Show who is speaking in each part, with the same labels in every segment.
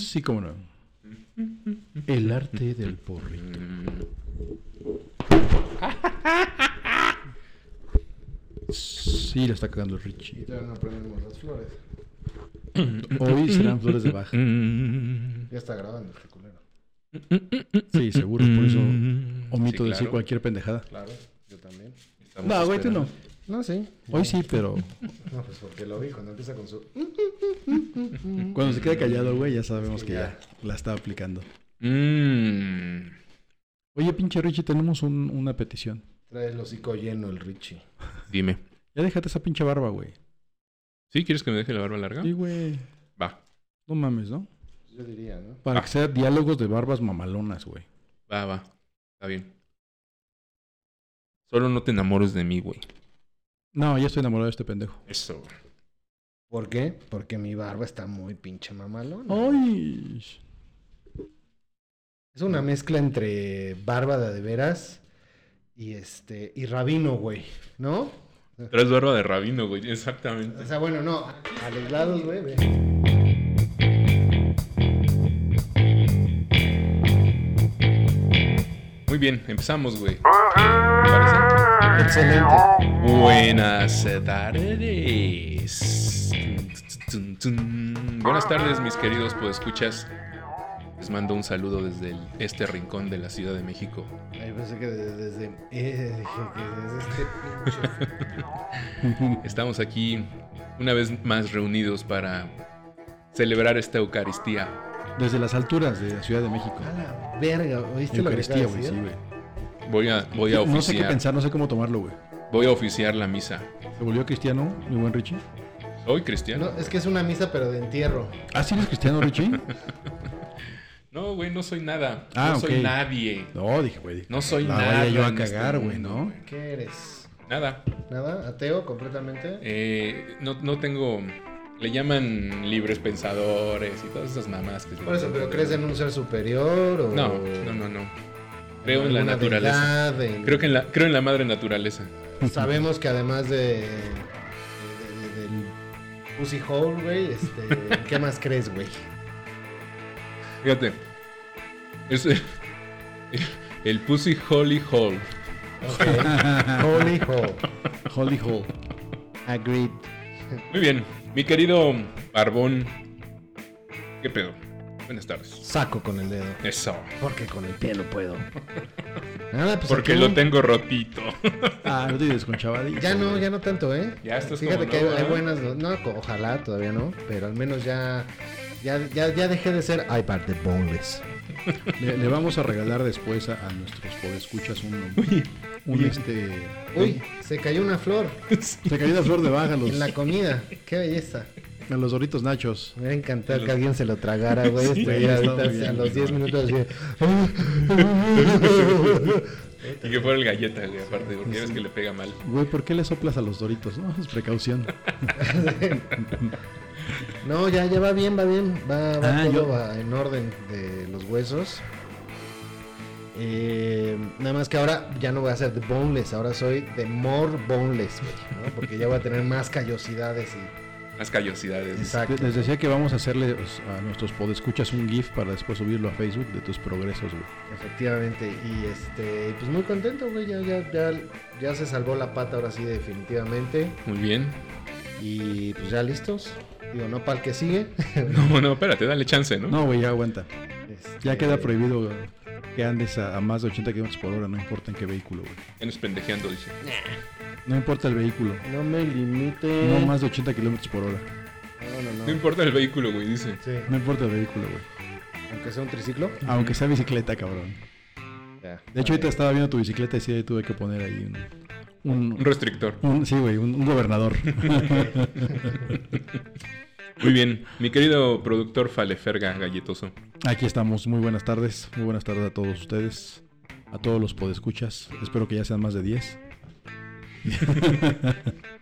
Speaker 1: Sí, cómo no. El arte del porrito. Sí, la está cagando Richie.
Speaker 2: Ya no prendemos las flores.
Speaker 1: Hoy serán flores de baja.
Speaker 2: Ya está grabando este culero.
Speaker 1: Sí, seguro. Por eso omito
Speaker 3: Sí,
Speaker 1: decir
Speaker 3: claro.
Speaker 1: cualquier pendejada.
Speaker 2: Claro, yo también.
Speaker 3: Estamos
Speaker 1: No, güey, tú no.
Speaker 2: No, sí.
Speaker 1: Hoy sí, pero
Speaker 2: No, pues porque lo vi cuando empieza con su.
Speaker 1: cuando se queda callado, güey, ya sabemos
Speaker 2: Sí,
Speaker 1: que ya
Speaker 2: ya.
Speaker 1: la está aplicando.
Speaker 3: esperando. Mm.
Speaker 1: Oye, pinche Richie, tenemos un- una petición.
Speaker 2: Trae el hocico lleno el Richie.
Speaker 3: Dime.
Speaker 1: Ya déjate esa pinche barba, güey.
Speaker 3: ¿Sí quieres que me deje la barba larga?
Speaker 1: Sí, güey.
Speaker 3: Va,
Speaker 1: No mames, ¿no?
Speaker 2: Yo diría, ¿no?
Speaker 1: Para
Speaker 3: Ah.
Speaker 1: que sea diálogos de barbas mamalonas, güey.
Speaker 3: va, va. Está bien. Solo no te enamores de mí, güey.
Speaker 1: No, ya estoy enamorado de este pendejo.
Speaker 3: Eso.
Speaker 2: ¿Por qué? Porque mi barba está muy pinche mamalona.
Speaker 1: ¡Ay!
Speaker 2: Es una mezcla entre barba de de veras y este. y rabino, güey. ¿No?
Speaker 3: Traes barba de rabino, güey. Exactamente.
Speaker 2: O sea, bueno, no. A los lados, güey. ve.
Speaker 3: Muy bien, empezamos, güey. ¿Te parece?
Speaker 2: Excelente.
Speaker 3: Buenas tardes. Tun, tun, tun. Buenas tardes, mis queridos podescuchas. Les mando un saludo desde el- este rincón de la Ciudad de México.
Speaker 2: Ahí pensé que de- desde. eh, dije que desde este pinche.
Speaker 3: Estamos aquí una vez más reunidos para celebrar esta Eucaristía.
Speaker 1: Desde las alturas de la Ciudad de México.
Speaker 2: A la verga, ¿oíste lo que
Speaker 1: Eucaristía,
Speaker 2: acaba de
Speaker 1: güey, Ah, sí,
Speaker 2: decir?
Speaker 1: güey.
Speaker 3: Voy a, voy a
Speaker 1: No sé qué
Speaker 3: oficiar.
Speaker 1: pensar, no sé cómo tomarlo, güey.
Speaker 3: voy a oficiar la misa.
Speaker 1: ¿Se volvió cristiano, mi buen Richie?
Speaker 3: ¿Soy cristiano?
Speaker 2: No, es que es una misa, pero de entierro.
Speaker 1: ¿Ah, sí eres cristiano, Richie?
Speaker 3: No, güey, no soy nada.
Speaker 1: Ah,
Speaker 3: no
Speaker 1: ok.
Speaker 3: soy nadie.
Speaker 1: No, dije, güey.
Speaker 3: No soy
Speaker 1: La
Speaker 3: nada.
Speaker 1: vaya yo a
Speaker 3: en este
Speaker 1: cagar, güey,
Speaker 3: mundo,
Speaker 1: ¿no?
Speaker 2: ¿Qué eres?
Speaker 3: Nada.
Speaker 2: ¿Nada? ¿Ateo completamente?
Speaker 3: Eh, no, no tengo. Le llaman libres pensadores y todas esas mamás que.
Speaker 2: Por eso, ¿pero crees en un ser superior o...?
Speaker 3: No, no, no, no. Creo en la
Speaker 2: alguna
Speaker 3: naturaleza.
Speaker 2: deidad, en-
Speaker 3: Creo que en la, creo en la madre naturaleza.
Speaker 2: Sabemos que además de... de- de- de- del pussy hole, güey, este... ¿en ¿Qué más crees, güey?
Speaker 3: Fíjate. Es el, el Pussy Holy Hole.
Speaker 2: Ok. Holy hole.
Speaker 1: Holy Hole.
Speaker 2: Agreed.
Speaker 3: Muy bien. Mi querido Barbón. ¿Qué pedo? Buenas tardes.
Speaker 2: Saco con el dedo.
Speaker 3: Eso.
Speaker 2: Porque con el pie no puedo. Nada, pues
Speaker 3: Porque
Speaker 2: aquí-
Speaker 3: lo tengo rotito.
Speaker 1: Ah, no te desconchavadito.
Speaker 2: Ya no, ya no tanto, ¿eh?
Speaker 3: Ya estás
Speaker 2: Fíjate
Speaker 3: como
Speaker 2: que hay,
Speaker 3: nuevo,
Speaker 2: hay
Speaker 3: ¿eh?
Speaker 2: buenas, no, no, co- ojalá todavía no, pero al menos ya ya, ya, ya dejé de ser iPad de boneless.
Speaker 1: Le, le vamos a regalar después a, a nuestros podescuchas un, un este...
Speaker 2: Uy, se cayó una flor
Speaker 1: Se cayó la flor de baja a los,
Speaker 2: en la comida. Qué belleza.
Speaker 1: a los doritos nachos.
Speaker 2: Me hubiera encantado que alguien se lo tragara, güey. estuviera
Speaker 1: está
Speaker 2: ahorita
Speaker 1: muy bien.
Speaker 2: a los 10 minutos así.
Speaker 1: Eh,
Speaker 3: Y que fuera el galleta, güey, aparte, porque ves que le pega mal.
Speaker 1: Güey, ¿por qué le soplas a los doritos? No, es precaución.
Speaker 2: No, ya, ya va bien, va bien. Va, va
Speaker 1: Ah,
Speaker 2: todo
Speaker 1: yo-
Speaker 2: va en orden de los huesos. Eh, nada más que ahora ya no voy a ser de boneless, ahora soy de more boneless, güey, ¿no? Porque ya voy a tener más callosidades y.
Speaker 3: Las callosidades.
Speaker 2: Exacto.
Speaker 1: Les decía que vamos a hacerle a nuestros podescuchas un GIF para después subirlo a Facebook de tus progresos, güey.
Speaker 2: Efectivamente. Y este, pues muy contento, güey. Ya, ya, ya, ya se salvó la pata ahora sí, definitivamente.
Speaker 3: Muy bien.
Speaker 2: Y pues ya listos. Digo, no para el que sigue.
Speaker 3: No, no, espérate, dale chance, ¿no?
Speaker 1: No, güey, ya aguanta. Ya
Speaker 2: Este,
Speaker 1: queda prohibido güey, que andes a, a más de 80 kilómetros por hora, no importa en qué vehículo, güey.
Speaker 3: Ya nos pendejeando, dice.
Speaker 1: No importa el vehículo.
Speaker 2: No me limite.
Speaker 1: No más de 80 kilómetros por hora.
Speaker 2: No, no, no.
Speaker 3: No importa el vehículo, güey, dice.
Speaker 2: Sí,
Speaker 1: No importa el vehículo, güey.
Speaker 2: aunque sea un triciclo.
Speaker 1: Aunque sea bicicleta, cabrón. De hecho, ahorita estaba viendo tu bicicleta y sí tuve que poner ahí un...
Speaker 3: Un
Speaker 1: un,
Speaker 3: restrictor.
Speaker 1: un- sí, güey, un, un gobernador.
Speaker 3: Muy bien. Mi querido productor Faleferga Galletoso.
Speaker 1: Aquí estamos. Muy buenas tardes. Muy buenas tardes a todos ustedes. A todos los podescuchas. Espero que ya sean más de 10.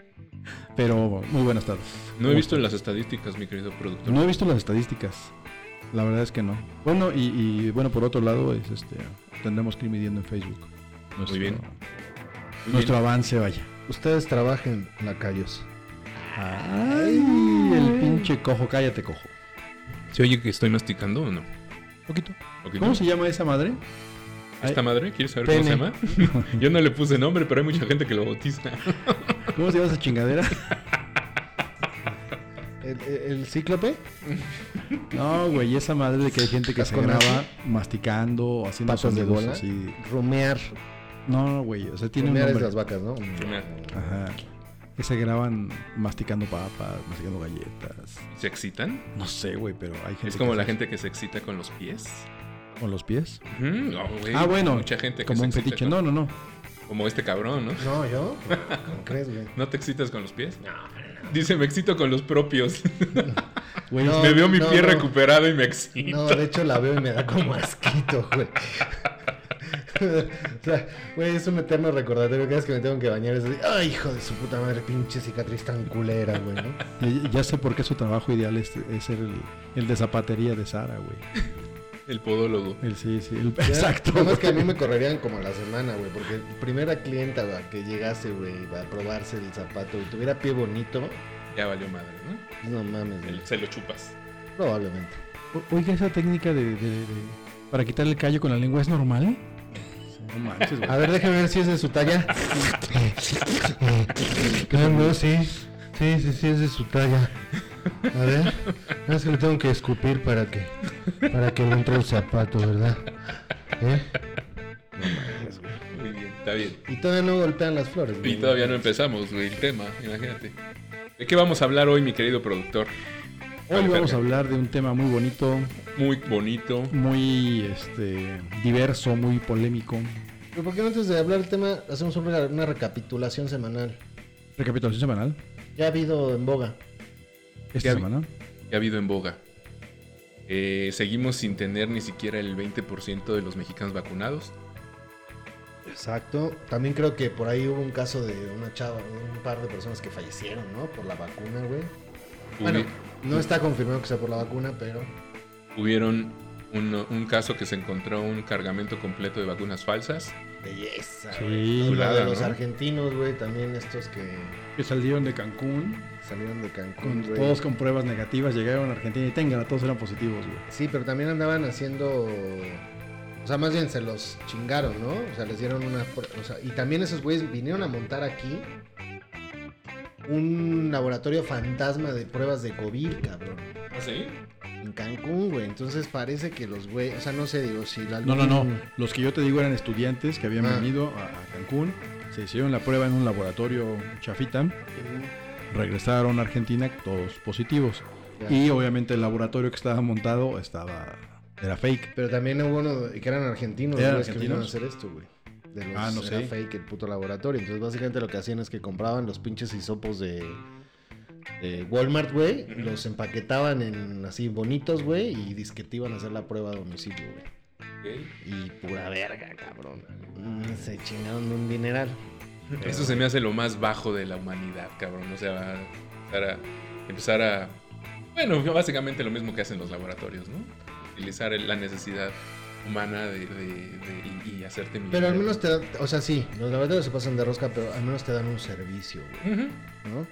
Speaker 1: Pero muy buenas tardes.
Speaker 3: No he visto las estadísticas, mi querido productor.
Speaker 1: No he visto las estadísticas. La verdad es que no. Bueno, y, y, bueno, por otro lado, es este tendremos que ir midiendo en Facebook. Nuestro-
Speaker 3: bien. Muy
Speaker 1: Nuestro
Speaker 3: bien.
Speaker 1: avance, vaya.
Speaker 2: Ustedes trabajen, lacayos.
Speaker 1: Ay, el pinche cojo. Cállate, cojo.
Speaker 3: ¿Se oye que estoy masticando o no?
Speaker 1: Poquito.
Speaker 3: Ok,
Speaker 1: ¿Cómo
Speaker 3: no.
Speaker 1: se llama esa madre?
Speaker 3: ¿Esta madre? ¿Quieres saber cómo se
Speaker 2: Pene.
Speaker 3: llama? Yo no le puse nombre, pero hay mucha gente que lo bautiza.
Speaker 1: ¿Cómo se llama esa chingadera?
Speaker 2: ¿El, el- el cíclope?
Speaker 1: No, güey, esa madre de que hay gente que se
Speaker 2: ¿Casconazo?
Speaker 1: graba masticando o haciendo
Speaker 2: ¿Patas de
Speaker 1: sonidos
Speaker 2: bola?
Speaker 1: así.
Speaker 2: Rumear.
Speaker 1: No, güey, o sea, tiene un
Speaker 2: Rumear es
Speaker 1: nombre.
Speaker 2: las vacas, ¿no?
Speaker 3: Rumear.
Speaker 1: Ajá. Que se graban masticando papas, masticando galletas.
Speaker 3: ¿Se excitan?
Speaker 1: No sé, güey, pero hay gente
Speaker 3: Es como
Speaker 1: que
Speaker 3: la
Speaker 1: hace
Speaker 3: gente que se excita con los pies.
Speaker 1: eso. con los pies.
Speaker 3: Ujú, no, güey,
Speaker 1: ah, bueno.
Speaker 3: Mucha gente que
Speaker 1: como
Speaker 3: se
Speaker 1: un
Speaker 3: excita
Speaker 1: fetiche.
Speaker 3: con-
Speaker 1: No, no, no.
Speaker 3: Como este cabrón, ¿no?
Speaker 2: No, ¿yo? ¿Cómo crees, güey?
Speaker 3: ¿No te excitas con los pies? Dice, me excito con los propios.
Speaker 1: Güey,
Speaker 2: No,
Speaker 3: me veo mi pie
Speaker 2: no.
Speaker 3: recuperado y me excito.
Speaker 2: No, de hecho la veo y me da como asquito, güey. o sea, güey, es un eterno recordatorio. Cada vez que me tengo que bañar es así, ay, hijo de su puta madre, pinche cicatriz tan culera, güey, ¿no?
Speaker 1: ya- ya sé por qué su trabajo ideal es, es ser el, el de zapatería de Sara, güey.
Speaker 3: El podólogo.
Speaker 1: El sí, sí. el-
Speaker 2: Ya,
Speaker 1: exacto.
Speaker 2: Nada más que a mí
Speaker 1: güey.
Speaker 2: me correrían como a la semana, güey, porque primera clienta güey, que llegase, güey, a probarse el zapato y tuviera pie bonito,
Speaker 3: Ya valió madre, ¿no?
Speaker 2: no mames, güey.
Speaker 3: El- se lo chupas.
Speaker 2: Probablemente.
Speaker 1: O- Oiga, esa técnica de, de- de- para quitar el callo con la lengua es normal. No manches, güey.
Speaker 2: A ver, déjame ver si es de su talla. Ah, no, sí. Sí, sí, sí, es de su talla. A ver, nada más que le tengo que escupir para que, para que le entre el zapato, ¿verdad? ¿Eh?
Speaker 1: Ah,
Speaker 3: Muy bien, está bien.
Speaker 2: Y todavía no golpean las flores.
Speaker 3: Y todavía no empezamos, güey, el tema, imagínate. ¿De qué vamos a hablar hoy, mi querido productor?
Speaker 1: Hoy vamos a hablar de un tema muy bonito,
Speaker 3: Muy bonito.
Speaker 1: muy este, diverso, muy polémico.
Speaker 2: Pero ¿por qué no antes de hablar del tema hacemos una, una recapitulación semanal?
Speaker 1: Recapitulación semanal.
Speaker 2: Ya ha habido en boga.
Speaker 1: Esta
Speaker 3: Ya vi-
Speaker 1: semana.
Speaker 3: que ha habido en boga. Eh, seguimos sin tener ni siquiera el 20% de los mexicanos vacunados.
Speaker 2: Exacto. También creo que por ahí hubo un caso de una chava, un par de personas que fallecieron, ¿no? Por la vacuna, güey. Bueno,
Speaker 3: Hubi-
Speaker 2: no está confirmado que sea por la vacuna, pero...
Speaker 3: Hubieron un, un caso que se encontró un cargamento completo de vacunas falsas.
Speaker 2: Belleza.
Speaker 1: Sí,
Speaker 2: güey. Lo
Speaker 3: chulada,
Speaker 2: de los
Speaker 3: ¿no?
Speaker 2: argentinos, güey, también estos que
Speaker 1: Que salieron de Cancún.
Speaker 2: salieron de Cancún,
Speaker 1: Con,
Speaker 2: güey.
Speaker 1: todos con pruebas negativas llegaron a Argentina y tengan, todos eran positivos, güey.
Speaker 2: Sí, pero también andaban haciendo o sea, más bien se los chingaron, ¿no? O sea, les dieron una pr- o sea, y también esos güeyes vinieron a montar aquí un laboratorio fantasma de pruebas de COVID, cabrón.
Speaker 3: ¿Ah, sí?
Speaker 2: En Cancún, güey. Entonces parece que los güeyes, o sea, no sé, digo, si la
Speaker 1: No, no, no. Mm. Los que yo te digo eran estudiantes que habían
Speaker 2: Ah.
Speaker 1: venido a, a Cancún, se hicieron la prueba en un laboratorio chafita, regresaron a Argentina todos positivos.
Speaker 2: Ya.
Speaker 1: Y obviamente el laboratorio que estaba montado estaba era fake.
Speaker 2: Pero también hubo uno que eran argentinos,
Speaker 1: ¿Eran
Speaker 2: güey, que vinieron a
Speaker 1: argentinos?
Speaker 2: hacer esto, güey. De los,
Speaker 1: Ah, no
Speaker 2: era
Speaker 1: sé.
Speaker 2: fake el puto laboratorio. Entonces, básicamente lo que hacían es que compraban los pinches hisopos de, de Walmart, güey.
Speaker 3: Ujú.
Speaker 2: Los empaquetaban en así bonitos, güey. Y dizque te iban a hacer la prueba a domicilio, güey.
Speaker 3: Ok.
Speaker 2: Y pura verga, cabrón. Mm, se chingaron de un dineral.
Speaker 3: Eso se me hace lo más bajo de la humanidad, cabrón. O sea, va a empezar a... empezar a- Bueno, básicamente lo mismo que hacen los laboratorios, ¿no? Utilizar el- la necesidad humana de, de- de- y, y hacerte mi
Speaker 2: Pero al menos te dan, o sea, sí, los laboratorios se pasan de rosca, pero al menos te dan un servicio, güey. ¿No?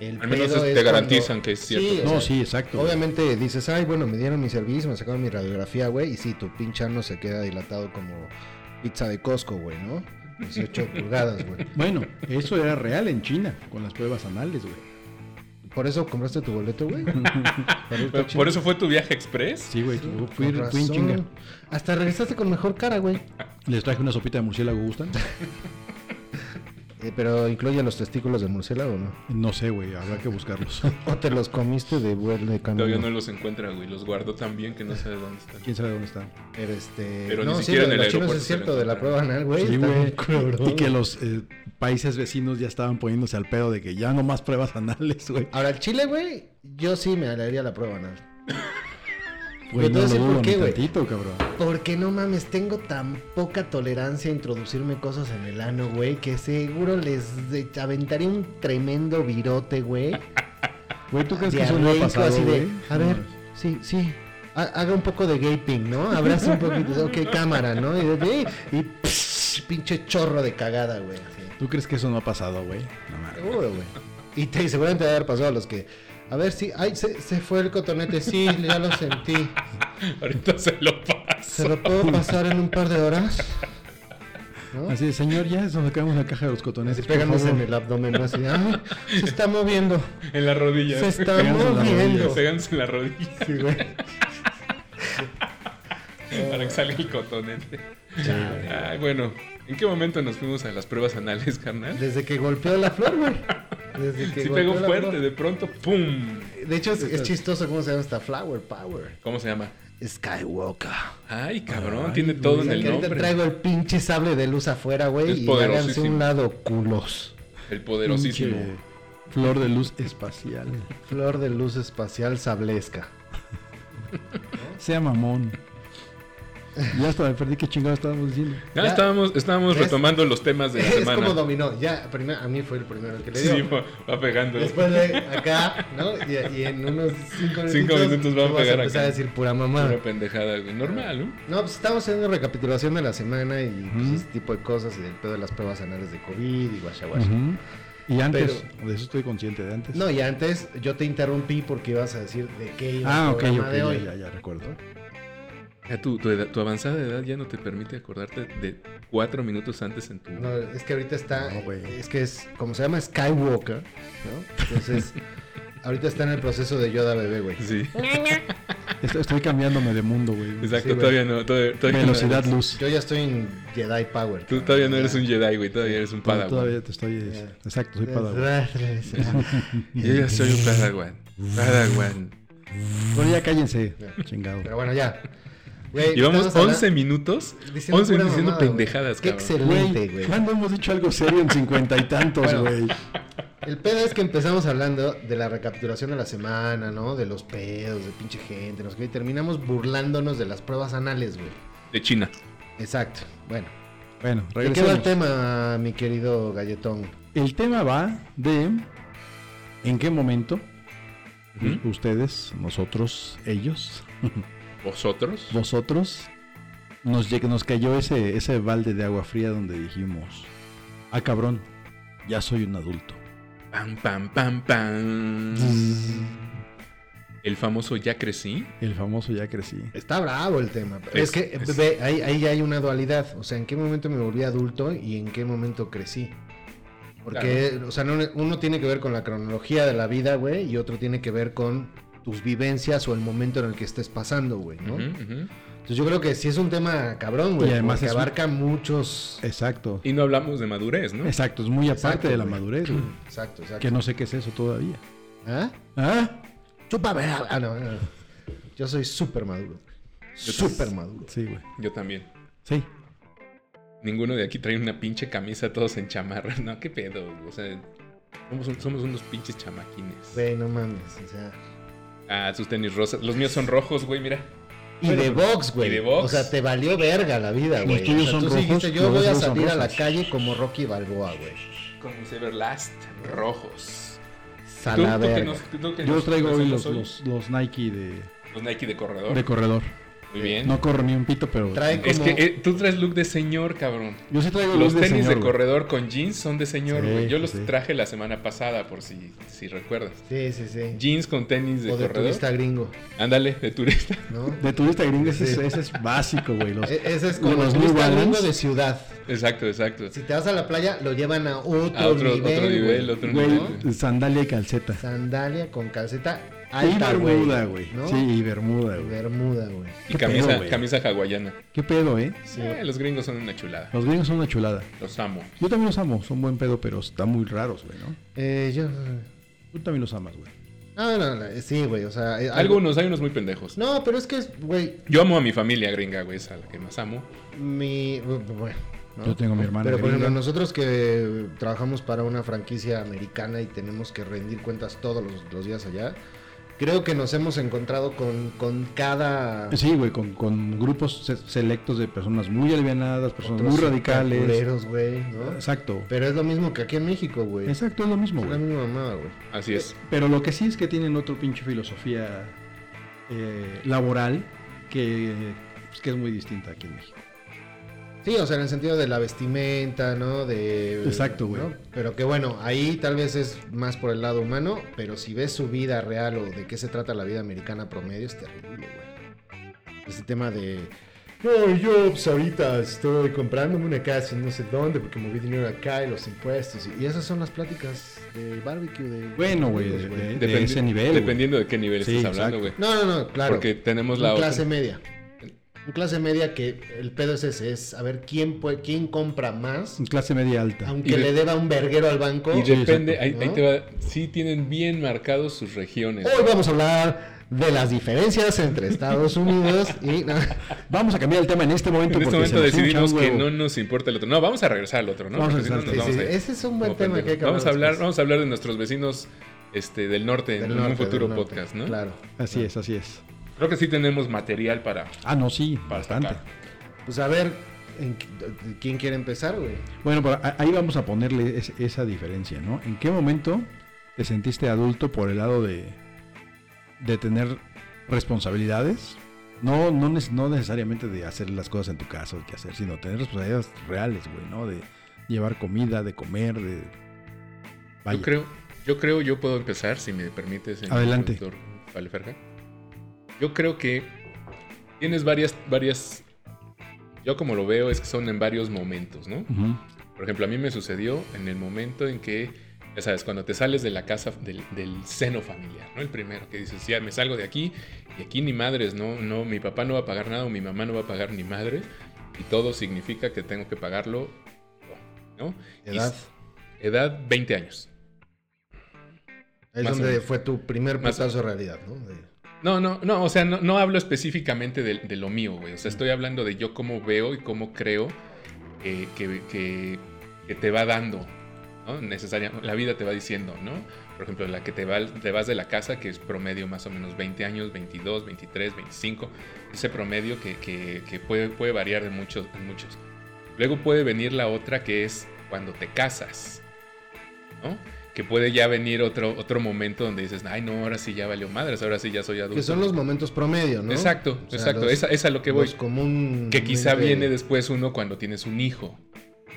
Speaker 2: El
Speaker 3: Al menos
Speaker 2: pedo
Speaker 3: te
Speaker 2: es cuando-
Speaker 3: garantizan que es cierto.
Speaker 2: Sí, o sea,
Speaker 1: No, sí, exacto. güey.
Speaker 2: Obviamente dices, ay, bueno, me dieron mi servicio, me sacaron mi radiografía, güey, y sí, tu pinche no se queda dilatado como pizza de Costco, güey, ¿no? 18 pulgadas, güey.
Speaker 1: Bueno, eso era real en China, con las pruebas anales, güey.
Speaker 2: ¿Por eso compraste tu boleto, güey? Para irte a
Speaker 3: Pero, ¿Por
Speaker 2: China.
Speaker 3: eso fue tu viaje express?
Speaker 1: Sí, güey, fui,
Speaker 2: Con
Speaker 1: fui en
Speaker 2: razón.
Speaker 1: chinga.
Speaker 2: Hasta regresaste con mejor cara, güey.
Speaker 1: Les traje una sopita de murciélago, ¿gustan?
Speaker 2: Eh, pero incluye los testículos de murciélago, ¿no?
Speaker 1: No sé, güey, habrá que buscarlos.
Speaker 2: O te los comiste de vuelo de camino.
Speaker 3: Todavía no los encuentra, güey. Los guardo tan bien que no sé de dónde están.
Speaker 1: ¿Quién sabe dónde están?
Speaker 2: Pero este.
Speaker 3: Pero ni
Speaker 2: no, sí,
Speaker 3: siquiera
Speaker 2: lo de
Speaker 3: en el
Speaker 2: los chinos
Speaker 3: aeropuerto
Speaker 2: es
Speaker 3: se
Speaker 2: cierto, de la prueba
Speaker 3: encontraron.
Speaker 2: anal, güey.
Speaker 1: Sí,
Speaker 2: está
Speaker 1: güey.
Speaker 2: bien cabrón.
Speaker 1: Y que los eh, países vecinos ya estaban poniéndose al pedo de que ya no más pruebas anales, güey.
Speaker 2: Ahora, el Chile, güey, yo sí me haría la prueba anal.
Speaker 1: Güey,
Speaker 2: te
Speaker 1: no
Speaker 2: voy
Speaker 1: lo
Speaker 2: a decir por
Speaker 1: dudo ni
Speaker 2: qué, güey.
Speaker 1: tantito, cabrón.
Speaker 2: Porque no mames, tengo tan poca tolerancia a introducirme cosas en el ano, güey, que seguro les de- aventaría un tremendo virote, güey.
Speaker 1: Güey, ¿tú crees
Speaker 2: De
Speaker 1: que eso no ha
Speaker 2: arranco,
Speaker 1: pasado,
Speaker 2: así de,
Speaker 1: güey?
Speaker 2: A
Speaker 1: No
Speaker 2: ver,
Speaker 1: mames.
Speaker 2: sí, sí. ha- haga un poco de gaping, ¿no? Abraza un poquito, ok, cámara, ¿no? Y, de- eh, y pss, pinche chorro de cagada, güey. así.
Speaker 1: ¿Tú crees que eso no ha pasado, güey? No mames.
Speaker 2: Seguro, güey. Y te, seguramente va a haber pasado a los que A ver si. ¡Ay! Se, se fue el cotonete. Sí, ya lo sentí.
Speaker 3: Ahorita se lo
Speaker 2: ¿Se
Speaker 3: paso.
Speaker 2: lo puedo pasar en un par de horas? ¿No?
Speaker 1: Así de, señor, ya eso sacamos la caja de los cotonetes.
Speaker 2: Así
Speaker 1: por
Speaker 2: pegamos
Speaker 1: favor".
Speaker 2: en el abdomen, ¿no? así, ¡ay! Se está moviendo.
Speaker 3: En las rodillas.
Speaker 2: Se está
Speaker 1: Pegándose en la
Speaker 2: moviendo.
Speaker 1: rodilla.
Speaker 3: Péganse en la rodilla
Speaker 2: Sí, güey. Ah.
Speaker 3: para que salga el cotonete.
Speaker 2: Chale.
Speaker 3: Ay, bueno. ¿En qué momento nos fuimos a las pruebas anales, carnal?
Speaker 2: Desde que golpeó la flor, güey. Desde que
Speaker 3: Sí
Speaker 2: golpeó
Speaker 3: pegó
Speaker 2: la
Speaker 3: fuerte,
Speaker 2: flor.
Speaker 3: de pronto, ¡pum!
Speaker 2: De hecho, es, es chistoso cómo se llama esta Flower Power.
Speaker 3: ¿Cómo se llama?
Speaker 2: Skywalker.
Speaker 3: Ay, cabrón, tiene todo en
Speaker 2: O sea,
Speaker 3: el
Speaker 2: que ahorita
Speaker 3: nombre.
Speaker 2: traigo el pinche sable de luz afuera,
Speaker 3: Es
Speaker 2: güey. Y háganse
Speaker 3: poderosísimo.
Speaker 2: un lado culos.
Speaker 3: El
Speaker 1: Pinche
Speaker 3: poderosísimo.
Speaker 1: Flor de luz espacial.
Speaker 2: Flor de luz espacial sablesca.
Speaker 1: Sea mamón. Ya hasta me perdí qué chingado estábamos diciendo.
Speaker 3: Ya,
Speaker 2: Ya.
Speaker 3: estábamos, estábamos
Speaker 2: Es-
Speaker 3: retomando los temas de la
Speaker 2: Es
Speaker 3: semana.
Speaker 2: como dominó. Ya, primero, a mí fue el primero que le dio.
Speaker 3: Sí, va, va pegando.
Speaker 2: Después de acá, ¿no? Y, y en unos cinco minutos,
Speaker 3: Cinco minutos va a
Speaker 2: tú vas
Speaker 3: pegar
Speaker 2: a empezar
Speaker 3: acá.
Speaker 2: a decir pura mamada.
Speaker 3: Una pendejada, güey. Normal, ¿no?
Speaker 2: No, pues estamos haciendo recapitulación de la semana y pues, ese tipo de cosas y del pedo de las pruebas anales de COVID y guacha guacha.
Speaker 1: Ujú. Y antes, de eso estoy consciente, de antes.
Speaker 2: No, y antes yo te interrumpí porque ibas a decir de qué
Speaker 1: ah,
Speaker 2: iba el
Speaker 1: ok,
Speaker 2: programa
Speaker 1: ok,
Speaker 2: de hoy.
Speaker 1: ya, ya, ya recuerdo.
Speaker 3: Ya tu, tu, edad- tu avanzada edad ya no te permite acordarte de cuatro minutos antes en tu.
Speaker 2: No, es que ahorita está,
Speaker 1: No, güey.
Speaker 2: es que es, como se llama Skywalker, ¿no? Entonces, ahorita está en el proceso de Yoda bebé, güey.
Speaker 3: Sí,
Speaker 1: Estoy, estoy cambiándome de mundo, güey.
Speaker 3: exacto,
Speaker 2: güey.
Speaker 3: todavía no. Todavía, todavía no
Speaker 1: Velocidad
Speaker 3: eres-
Speaker 1: luz.
Speaker 2: Yo ya estoy en Jedi Power.
Speaker 3: Tú
Speaker 2: cabrón,
Speaker 3: todavía no
Speaker 2: ya.
Speaker 3: eres un Jedi, güey. Todavía eres un Padawan.
Speaker 1: Todavía te estoy. es-
Speaker 2: Ya.
Speaker 1: Exacto, soy padawan.
Speaker 3: Yo ya soy un Padawan. Padawan.
Speaker 1: Bueno, ya cállense.
Speaker 2: Ya.
Speaker 1: Chingado.
Speaker 2: Pero bueno, ya. Güey,
Speaker 3: Llevamos
Speaker 2: estamos hablando-
Speaker 3: 11 minutos.
Speaker 2: diciendo
Speaker 3: 11
Speaker 2: pura
Speaker 3: minutos diciendo
Speaker 2: mamada, güey.
Speaker 3: pendejadas,
Speaker 2: Qué
Speaker 3: cabrón.
Speaker 2: excelente, güey.
Speaker 1: ¿Cuándo hemos dicho algo serio en cincuenta y tantos,
Speaker 2: Bueno.
Speaker 1: güey?
Speaker 2: El pedo es que empezamos hablando de la recapitulación de la semana, ¿no? De los pedos, de pinche gente, no sé qué. Y terminamos burlándonos de las pruebas anales, güey.
Speaker 3: De China.
Speaker 2: Exacto. Bueno.
Speaker 1: Bueno,
Speaker 2: ¿De qué va
Speaker 1: regresemos.
Speaker 2: el tema, mi querido galletón?
Speaker 1: El tema va de en qué momento
Speaker 3: Ujú.
Speaker 1: ustedes, nosotros, ellos,
Speaker 3: ¿Vosotros?
Speaker 1: vosotros, nos, lleg- nos cayó ese, ese balde de agua fría donde dijimos, ah cabrón, ya soy un adulto.
Speaker 3: Pam, pam, pam, pam.
Speaker 1: Mm.
Speaker 3: El famoso ya crecí.
Speaker 1: El famoso ya crecí.
Speaker 2: Está bravo el tema. pero
Speaker 3: Es-
Speaker 2: Es, que
Speaker 3: es-
Speaker 2: ve, ahí, ahí ya hay una dualidad. O sea, ¿en qué momento me volví adulto y en qué momento crecí? Porque, o sea, no- uno tiene que ver con la cronología de la vida, güey, y otro tiene que ver con tus vivencias o el momento en el que estés pasando, güey, ¿no?
Speaker 3: Ujú, ujú.
Speaker 2: Entonces yo creo que sí es un tema cabrón, güey.
Speaker 1: Y además
Speaker 2: porque
Speaker 1: es un- eh,
Speaker 2: abarca muchos.
Speaker 1: Exacto.
Speaker 3: Y no hablamos de madurez, ¿no?
Speaker 1: Exacto, es muy aparte
Speaker 2: Exacto,
Speaker 1: de la
Speaker 2: güey.
Speaker 1: madurez, güey,
Speaker 2: Exacto, exacto.
Speaker 1: que no sé qué es eso todavía.
Speaker 2: ¿Ah?
Speaker 1: ¿Ah?
Speaker 2: Chúpame. la- Ah, no, no, no. Yo soy súper maduro. Súper maduro.
Speaker 1: Sí, güey.
Speaker 3: Yo también.
Speaker 1: Sí.
Speaker 3: Ninguno de aquí trae una pinche camisa todos en chamarra. No, qué pedo. O sea, somos, un- somos unos pinches chamaquines.
Speaker 2: Güey, no mames. O sea.
Speaker 3: Ah, sus tenis rosas. Los míos son rojos, güey, mira.
Speaker 2: Y
Speaker 3: Bueno,
Speaker 2: de box, güey.
Speaker 3: y de box.
Speaker 2: O sea, te valió verga la vida,
Speaker 1: Los
Speaker 2: güey.
Speaker 1: tuyos
Speaker 2: o sea,
Speaker 1: son
Speaker 2: tú
Speaker 1: rojos,
Speaker 2: dijiste, yo
Speaker 1: los
Speaker 2: voy a
Speaker 1: míos son
Speaker 2: salir a la
Speaker 1: rojos.
Speaker 2: calle como Rocky Balboa, güey.
Speaker 3: Con mis Everlast rojos.
Speaker 2: Sana verga.
Speaker 3: nos- tú que
Speaker 1: Yo
Speaker 3: nos-
Speaker 1: traigo hoy
Speaker 3: nos-
Speaker 1: los, los, los Nike de,
Speaker 3: los Nike de corredor.
Speaker 1: de corredor.
Speaker 3: Muy Ah. bien.
Speaker 1: No corro ni un pito, pero...
Speaker 2: Trae
Speaker 3: es
Speaker 2: como-
Speaker 3: que eh, tú traes look de señor, cabrón.
Speaker 1: Yo sí traigo
Speaker 3: Los
Speaker 1: luz
Speaker 3: tenis
Speaker 1: señor,
Speaker 3: de
Speaker 1: güey.
Speaker 3: corredor con jeans son de señor,
Speaker 1: Sí,
Speaker 3: güey. Yo los
Speaker 1: sí.
Speaker 3: traje la semana pasada, por si, si recuerdas.
Speaker 2: Sí, sí, sí.
Speaker 3: Jeans con tenis de
Speaker 2: o de
Speaker 3: corredor.
Speaker 2: turista gringo,
Speaker 3: Ándale, de turista.
Speaker 2: ¿no?
Speaker 1: De turista gringo, ese, es-
Speaker 2: Sí.
Speaker 1: ese es básico, güey. Los,
Speaker 2: E- Ese es como
Speaker 1: los New
Speaker 2: turista
Speaker 1: Balance.
Speaker 2: gringo de ciudad.
Speaker 3: Exacto, exacto.
Speaker 2: Si te vas a la playa, lo llevan a otro,
Speaker 3: A otro
Speaker 2: nivel.
Speaker 3: otro nivel,
Speaker 2: güey.
Speaker 3: otro
Speaker 1: güey,
Speaker 3: nivel.
Speaker 1: sandalia y calceta.
Speaker 2: Sandalia con calceta
Speaker 1: y
Speaker 2: alta, güey.
Speaker 1: bermuda, güey.
Speaker 2: ¿no?
Speaker 1: Sí, y bermuda, güey.
Speaker 2: Bermuda, güey.
Speaker 3: Y
Speaker 1: qué
Speaker 3: camisa,
Speaker 1: pedo, güey.
Speaker 3: camisa hawaiana.
Speaker 1: Qué pedo, ¿eh?
Speaker 2: Sí.
Speaker 3: Eh, los gringos son una chulada.
Speaker 1: Los gringos son una chulada.
Speaker 3: Los amo.
Speaker 1: Yo también los amo, son buen pedo, pero están muy raros, güey, ¿no?
Speaker 2: Eh, yo...
Speaker 1: Tú también los amas, güey.
Speaker 2: No, no, no, sí, güey, o sea... eh, algo-
Speaker 3: Algunos, hay unos muy pendejos.
Speaker 2: No, pero es que, güey,
Speaker 3: Yo amo a mi familia gringa, güey, es a la que más amo.
Speaker 2: mi... Bueno, ¿no?
Speaker 1: Yo tengo a mi hermana.
Speaker 2: Pero por
Speaker 1: gringa.
Speaker 2: ejemplo, nosotros que trabajamos para una franquicia americana y tenemos que rendir cuentas todos los, los días allá, creo que nos hemos encontrado con, con cada...
Speaker 1: Sí, güey, con, con grupos se- selectos de personas muy alivianadas, personas
Speaker 2: otros
Speaker 1: muy radicales.
Speaker 2: culeros, güey, ¿no?
Speaker 1: Exacto.
Speaker 2: Pero es lo mismo que aquí en México, güey. Es
Speaker 1: Exacto, es lo mismo,
Speaker 2: la
Speaker 1: güey.
Speaker 2: misma mamada, güey.
Speaker 3: Así es.
Speaker 1: Pero lo que sí es que tienen otro pinche filosofía eh, laboral que, pues, que es muy distinta aquí en México.
Speaker 2: Sí, o sea, en el sentido de la vestimenta, ¿no? De,
Speaker 1: Exacto, güey.
Speaker 2: ¿no? Pero que bueno, ahí tal vez es más por el lado humano, pero si ves su vida real o de qué se trata la vida americana promedio, es terrible, güey. Ese tema de... No, yo pues, ahorita estoy comprándome una casa en no sé dónde porque moví dinero acá y los impuestos. Y, y esas son las pláticas de barbecue de...
Speaker 1: Bueno, güey,
Speaker 2: amigos,
Speaker 1: de, de- de
Speaker 3: Dependi-
Speaker 1: ese nivel. güey.
Speaker 3: Dependiendo de qué nivel
Speaker 1: Sí,
Speaker 3: estás hablando,
Speaker 1: exacto.
Speaker 3: güey.
Speaker 2: No, no, no, claro.
Speaker 3: Porque tenemos la
Speaker 2: Un
Speaker 3: otra.
Speaker 2: clase media. Un clase media que el pedo es ese, es saber quién, puede, quién compra más,
Speaker 1: Clase media alta.
Speaker 2: aunque
Speaker 3: Y de-
Speaker 2: le deba un verguero al banco.
Speaker 3: Y
Speaker 1: de-
Speaker 3: depende, ahí,
Speaker 2: exacto.
Speaker 3: ahí
Speaker 2: ¿No?
Speaker 3: te va. Sí tienen bien marcados sus regiones.
Speaker 2: Hoy vamos a hablar de las diferencias entre Estados Unidos y... no.
Speaker 1: Vamos a cambiar el tema en este momento.
Speaker 3: En este
Speaker 1: porque se
Speaker 3: momento
Speaker 1: nos hincha un
Speaker 3: decidimos que
Speaker 1: huevo.
Speaker 3: no nos importa el otro. No, vamos a regresar al otro, ¿no?
Speaker 1: Vamos a
Speaker 3: Porque si no,
Speaker 1: regresar,
Speaker 3: nos
Speaker 2: Sí,
Speaker 3: vamos
Speaker 2: sí,
Speaker 3: a ir
Speaker 2: ese es un buen
Speaker 3: como
Speaker 2: tema que hay que
Speaker 3: pendejos. Vamos a hablar,
Speaker 2: después.
Speaker 3: vamos a hablar de nuestros vecinos este, del norte en
Speaker 2: Del
Speaker 3: un
Speaker 2: norte,
Speaker 3: futuro
Speaker 2: del norte,
Speaker 3: podcast, ¿no?
Speaker 2: Claro.
Speaker 1: Así es, así es.
Speaker 3: Creo que sí tenemos material para,
Speaker 1: Ah, no, sí,
Speaker 3: para
Speaker 1: bastante.
Speaker 3: sacar.
Speaker 2: Pues a ver, ¿en qu- ¿quién quiere empezar, güey?
Speaker 1: Bueno, pero a- ahí vamos a ponerle es- esa diferencia, ¿no? ¿En qué momento te sentiste adulto por el lado de, de tener responsabilidades? No, no, nes- no necesariamente de hacer las cosas en tu casa o qué hacer, sino tener responsabilidades reales, güey, ¿no? De llevar comida, de comer, de... Vaya.
Speaker 3: Yo creo, yo creo, yo puedo empezar, si me permites. señor
Speaker 1: Adelante.
Speaker 3: productor Valeferga. Yo creo que tienes varias, varias. Yo como lo veo es que son en varios momentos, ¿no?
Speaker 1: Ujú.
Speaker 3: Por ejemplo, a mí me sucedió en el momento en que, ya sabes, cuando te sales de la casa, del, del seno familiar, ¿no? El primero que dices, ya me salgo de aquí y aquí ni madres, no, no, mi papá no va a pagar nada o mi mamá no va a pagar ni madres y todo significa que tengo que pagarlo, yo, ¿no? Y-
Speaker 2: Edad.
Speaker 3: edad 20 años.
Speaker 2: Ahí es
Speaker 3: más o
Speaker 2: donde
Speaker 3: menos.
Speaker 2: fue tu primer
Speaker 3: Más-
Speaker 2: putazo de realidad, ¿no? De-
Speaker 3: No, no, no, o sea, no, no hablo específicamente de, de lo mío, güey. O sea, estoy hablando de yo cómo veo y cómo creo eh, que, que- que te va dando, ¿no? Necesaria, la vida te va diciendo, ¿no? Por ejemplo, la que te, va, te vas de la casa, que es promedio más o menos 20 años, 22, 23, 25, ese promedio que, que- que puede, puede variar de muchos, en muchos. Luego puede venir la otra que es cuando te casas, ¿no? Que puede ya venir otro, otro momento donde dices, ay, no, ahora sí ya valió madres, ahora sí ya soy adulto.
Speaker 2: Que son los momentos promedio, ¿no?
Speaker 3: Exacto,
Speaker 2: O sea,
Speaker 3: exacto.
Speaker 2: los-
Speaker 3: esa, esa es a lo que voy.
Speaker 2: los común
Speaker 3: Que quizá viene después uno cuando tienes un hijo.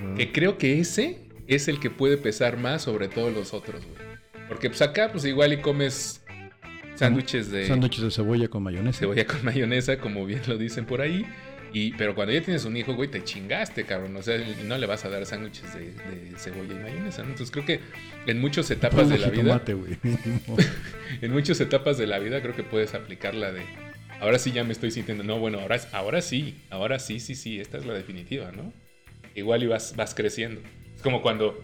Speaker 2: Ah.
Speaker 3: Que creo que ese es el que puede pesar más sobre todos los otros, güey. Porque pues acá, pues igual y comes sándwiches de
Speaker 1: Sándwiches de cebolla con mayonesa.
Speaker 3: cebolla con mayonesa, como bien lo dicen por ahí. Y, pero cuando ya tienes un hijo, güey, te chingaste, cabrón. O sea, y no le vas a dar sándwiches de, de cebolla y mayonesa. ¿no? Entonces creo que en muchas etapas
Speaker 1: Ponle
Speaker 3: de la vida.
Speaker 1: jitomate, güey.
Speaker 3: en muchas etapas de la vida creo que puedes aplicar la de ahora sí ya me estoy sintiendo. No, bueno, ahora, ahora sí, ahora sí, sí, sí, esta es la definitiva, ¿no? Igual y vas, vas creciendo. Es como cuando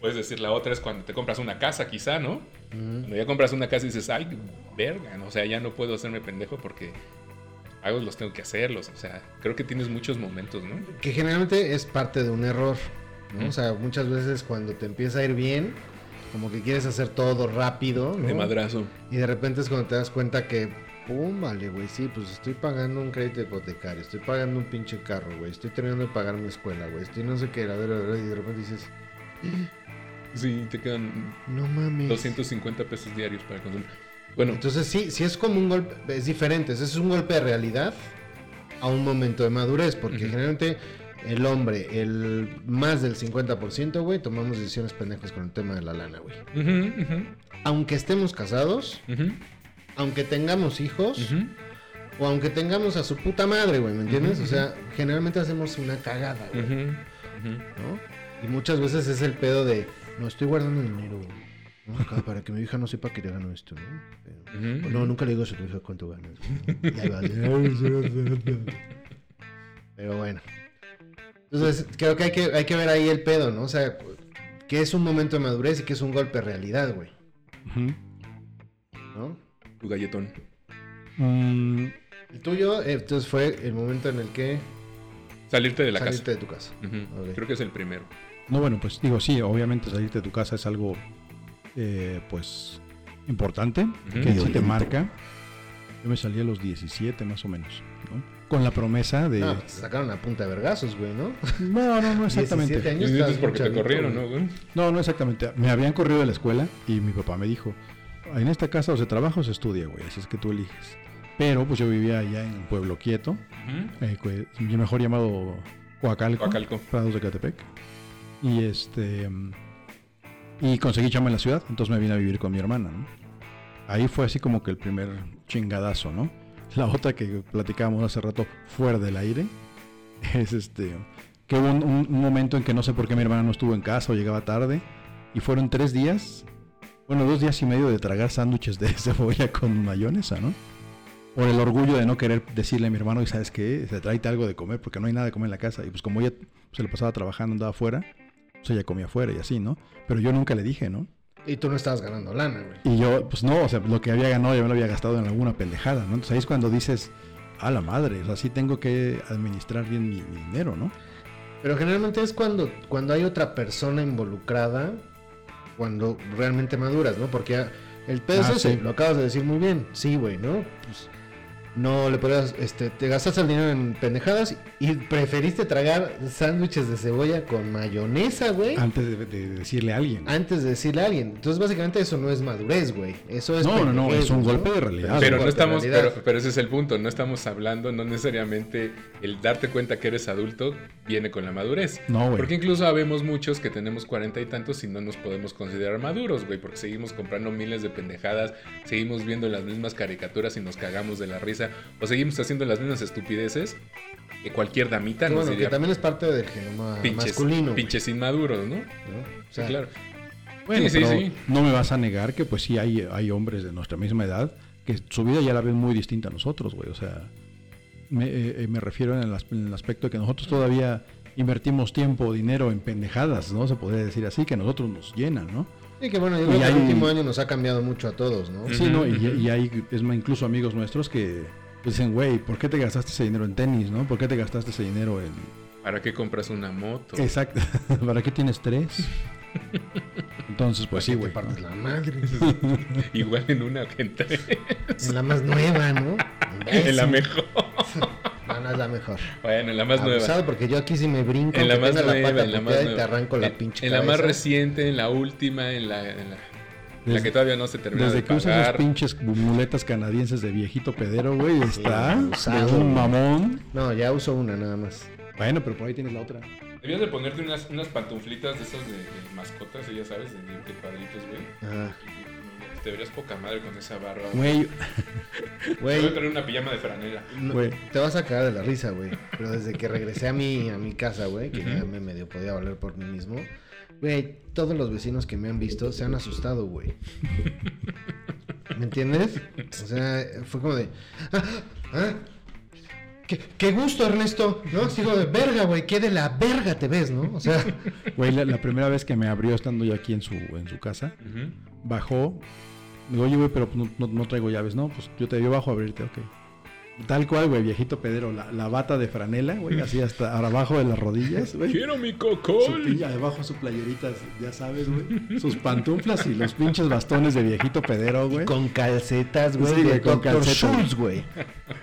Speaker 3: puedes decir la otra es cuando te compras una casa, quizá, ¿no? Cuando ya compras una casa y dices, ay, verga, ¿no? o sea, ya no puedo hacerme pendejo porque hago los tengo que hacerlos. O sea, creo que tienes muchos momentos, ¿no?
Speaker 2: Que generalmente es parte de un error, ¿no?
Speaker 3: Ujú.
Speaker 2: O sea, muchas veces cuando te empieza a ir bien, como que quieres hacer todo rápido, ¿no?
Speaker 3: De madrazo.
Speaker 2: Y de repente es cuando te das cuenta que, pum, vale, güey, sí, pues estoy pagando un crédito hipotecario, estoy pagando un pinche carro, güey, estoy terminando de pagar mi escuela, güey, estoy no sé qué, la verdad, la verdad, y de repente dices,
Speaker 3: Sí, te quedan
Speaker 2: no mames.
Speaker 3: 250 pesos diarios para consumir. Bueno,
Speaker 2: Entonces sí, sí es como un golpe, es diferente, es un golpe de realidad a un momento de madurez, porque
Speaker 3: Ujú.
Speaker 2: generalmente el hombre, el más del 50%, güey, tomamos decisiones pendejas con el tema de la lana, güey.
Speaker 3: ujú, ujú,
Speaker 2: Aunque estemos casados,
Speaker 3: ujú,
Speaker 2: aunque tengamos hijos,
Speaker 3: ujú.
Speaker 2: o aunque tengamos a su puta madre, güey, ¿me entiendes?
Speaker 3: Ujú,
Speaker 2: O sea, generalmente hacemos una cagada, güey,
Speaker 3: Ujú, ujú.
Speaker 2: ¿no? Y muchas veces es el pedo de, no estoy guardando dinero, güey. ¿no? Acá, para que mi hija no sepa que yo gano esto, ¿no? Pero-
Speaker 3: Ujú.
Speaker 2: Pues No, nunca le digo a su hija cuánto ganas. güey. Y ahí va. Pero bueno. Entonces, creo que hay, que hay que ver ahí el pedo, ¿no? O sea, que es un momento de madurez y que es un golpe de realidad, güey.
Speaker 1: Ujú.
Speaker 2: ¿No?
Speaker 3: Tu galletón.
Speaker 1: Mm,
Speaker 2: El tuyo, eh, entonces fue el momento en el que
Speaker 3: Salirte de la
Speaker 2: saliste
Speaker 3: casa.
Speaker 2: de tu casa.
Speaker 3: Ujú.
Speaker 2: Ok.
Speaker 3: Creo que es el primero.
Speaker 1: No, bueno, pues digo, sí, obviamente salirte de tu casa es algo, eh, pues, importante, que sí te
Speaker 2: violento.
Speaker 1: marca. Yo me salí a los 17 más o menos, ¿no? Con la promesa de...
Speaker 2: Ah, te sacaron a punta de vergazos, güey, ¿no?
Speaker 1: No, no, no
Speaker 2: 17
Speaker 1: exactamente.
Speaker 2: años,
Speaker 3: Y
Speaker 2: estabas
Speaker 3: es
Speaker 2: muy
Speaker 3: porque te
Speaker 2: chavito,
Speaker 3: corrieron,
Speaker 2: güey.
Speaker 3: ¿no, güey?
Speaker 1: No, no exactamente. Me habían corrido de la escuela y mi papá me dijo, en esta casa o se trabaja o se estudia, güey, así es que tú eliges. Pero pues yo vivía allá en un pueblo quieto,
Speaker 3: Ujú.
Speaker 1: eh, que- mejor llamado Coacalco,
Speaker 3: Coacalco.
Speaker 1: Prados de Catepec. Y este. mm, Y conseguí chamba en la ciudad, entonces me vine a vivir con mi hermana, ¿no? Ahí fue así como que el primer chingadazo, ¿no? La otra que platicábamos hace rato fuera del aire es este. Que hubo un, un- un momento en que no sé por qué mi hermana no estuvo en casa o llegaba tarde. Y fueron tres días, bueno, dos días y medio de tragar sándwiches de cebolla con mayonesa, ¿no? por el orgullo de no querer decirle a mi hermano, y sabes qué, se tráete algo de comer porque no hay nada de comer en la casa. Y pues como ella se lo pasaba trabajando, andaba afuera, pues ella comía afuera y así, ¿no? Pero yo nunca le dije, ¿no?
Speaker 2: Y tú no estabas ganando lana, güey.
Speaker 1: Y yo, pues no, o sea, lo que había ganado ya me lo había gastado en alguna pendejada, ¿no? Entonces ahí es cuando dices, a la madre, o sea, sí tengo que administrar bien mi, mi dinero, ¿no?
Speaker 2: Pero generalmente es cuando, cuando hay otra persona involucrada, cuando realmente maduras, ¿no? Porque ya el pedo
Speaker 1: Ah,
Speaker 2: es ese,
Speaker 1: sí.
Speaker 2: lo acabas de decir muy bien. Sí, güey, ¿no? Pues no le podías, este, te gastaste el dinero en pendejadas y preferiste tragar sándwiches de cebolla con mayonesa, güey.
Speaker 1: Antes de, de decirle a alguien.
Speaker 2: Antes de decirle a alguien. Entonces, básicamente, eso no es madurez, güey. Eso es.
Speaker 1: No, no, no,
Speaker 2: pendejez,
Speaker 1: es un golpe de realidad.
Speaker 2: es
Speaker 3: Pero
Speaker 2: un golpe
Speaker 3: no
Speaker 2: de
Speaker 3: estamos,
Speaker 2: realidad.
Speaker 3: pero, pero ese es el punto, no estamos hablando, no necesariamente el darte cuenta que eres adulto viene con la madurez.
Speaker 1: No, güey.
Speaker 3: Porque incluso habemos muchos que tenemos cuarenta y tantos y no nos podemos considerar maduros, güey, porque seguimos comprando miles de pendejadas, seguimos viendo las mismas caricaturas y nos cagamos de la risa, o seguimos haciendo las mismas estupideces que cualquier damita
Speaker 2: Que
Speaker 3: nos
Speaker 2: bueno, que
Speaker 3: diría
Speaker 2: también es parte del genoma
Speaker 3: pinches,
Speaker 2: masculino. güey,
Speaker 3: pinches inmaduros, ¿no?
Speaker 2: ¿no? O
Speaker 3: Sí,
Speaker 2: sea,
Speaker 3: claro.
Speaker 1: Bueno,
Speaker 3: Sí, sí,
Speaker 1: pero
Speaker 3: sí.
Speaker 1: no me vas a negar que pues sí hay, hay hombres de nuestra misma edad que su vida ya la ven muy distinta a nosotros, güey. O sea, me, eh, eh, me refiero en el, as- en el aspecto de que nosotros todavía invertimos tiempo, dinero en pendejadas, ¿no? Se podría decir así, que a nosotros nos llenan, ¿no?
Speaker 2: Sí, que bueno, yo
Speaker 1: Y
Speaker 2: creo que el
Speaker 1: hay-
Speaker 2: último año nos ha cambiado mucho a todos,
Speaker 3: Mm,
Speaker 2: ¿no?
Speaker 1: Sí, ¿no? Y,
Speaker 3: ujú.
Speaker 1: y hay es más, incluso amigos nuestros que dicen, güey, ¿por qué te gastaste ese dinero en tenis, no? ¿Por qué te gastaste ese dinero en...
Speaker 3: ¿Para qué compras una moto?
Speaker 1: Exacto. ¿Para qué tienes tres? Entonces, pues sí,
Speaker 2: Te
Speaker 1: güey. ¿no?
Speaker 2: partes la madre.
Speaker 3: Igual en una que en tres,
Speaker 2: En la más nueva, ¿no?
Speaker 3: en la mejor.
Speaker 2: No, no es la mejor.
Speaker 3: Bueno, en la
Speaker 2: Ah,
Speaker 3: más nueva.
Speaker 2: Abusado, porque yo aquí si me brinco,
Speaker 3: En la
Speaker 2: pues, que
Speaker 3: más
Speaker 2: tenga
Speaker 3: nueva,
Speaker 2: la pata
Speaker 3: en la más
Speaker 2: puteada y
Speaker 3: nueva.
Speaker 2: te arranco la
Speaker 3: En-
Speaker 2: pinche
Speaker 3: En la más
Speaker 2: cabeza.
Speaker 3: reciente, en la última, en la, en la, la
Speaker 1: Desde-
Speaker 3: que todavía no se termina
Speaker 1: Desde
Speaker 3: de
Speaker 1: que usan esas
Speaker 3: pagar.
Speaker 1: pinches muletas canadienses de viejito pedero, güey, está
Speaker 2: abusado,
Speaker 1: de un
Speaker 2: güey.
Speaker 1: mamón.
Speaker 2: No, ya uso una nada más.
Speaker 1: Bueno, pero por ahí tienes la otra.
Speaker 3: Debías de ponerte unas, unas pantuflitas de esas de, de mascotas, ya sabes, de, de de cuadritos, güey.
Speaker 2: Ajá.
Speaker 3: Y Te verías poca madre con esa barba.
Speaker 1: Güey,
Speaker 3: Voy a
Speaker 2: Güey,
Speaker 3: traer una pijama de franela.
Speaker 2: no-
Speaker 1: Güey.
Speaker 2: te vas a cagar de la risa, güey. Pero desde que regresé a mi, a mi casa, güey, que ya
Speaker 3: Ujú.
Speaker 2: me medio podía valer por mí mismo, güey, todos los vecinos que me han visto se han asustado, güey. ¿Me entiendes? O sea, fue como de. "Ah, ah, Qué, qué gusto, Ernesto, ¿no? Sigo de verga, güey, qué de la verga te ves, ¿no? O sea,
Speaker 1: güey, la, la primera vez que me abrió estando yo aquí en su, en su casa,
Speaker 3: Ujú.
Speaker 1: bajó. Me digo, oye, güey, pero no, no- no traigo llaves, ¿no? Pues yo te yo bajo a abrirte, ok. Tal cual, güey, viejito pedero, la, la bata de franela, güey, así hasta abajo de las rodillas, güey.
Speaker 3: Quiero mi
Speaker 1: Su
Speaker 3: cocol.
Speaker 1: pilla debajo, su playerita, ya sabes, güey. Sus pantuflas y los pinches bastones de viejito pedero, güey.
Speaker 2: con calcetas, güey,
Speaker 1: Sí,
Speaker 2: de
Speaker 1: güey, con
Speaker 2: Dr.
Speaker 1: calcetas.
Speaker 2: Schultz, güey.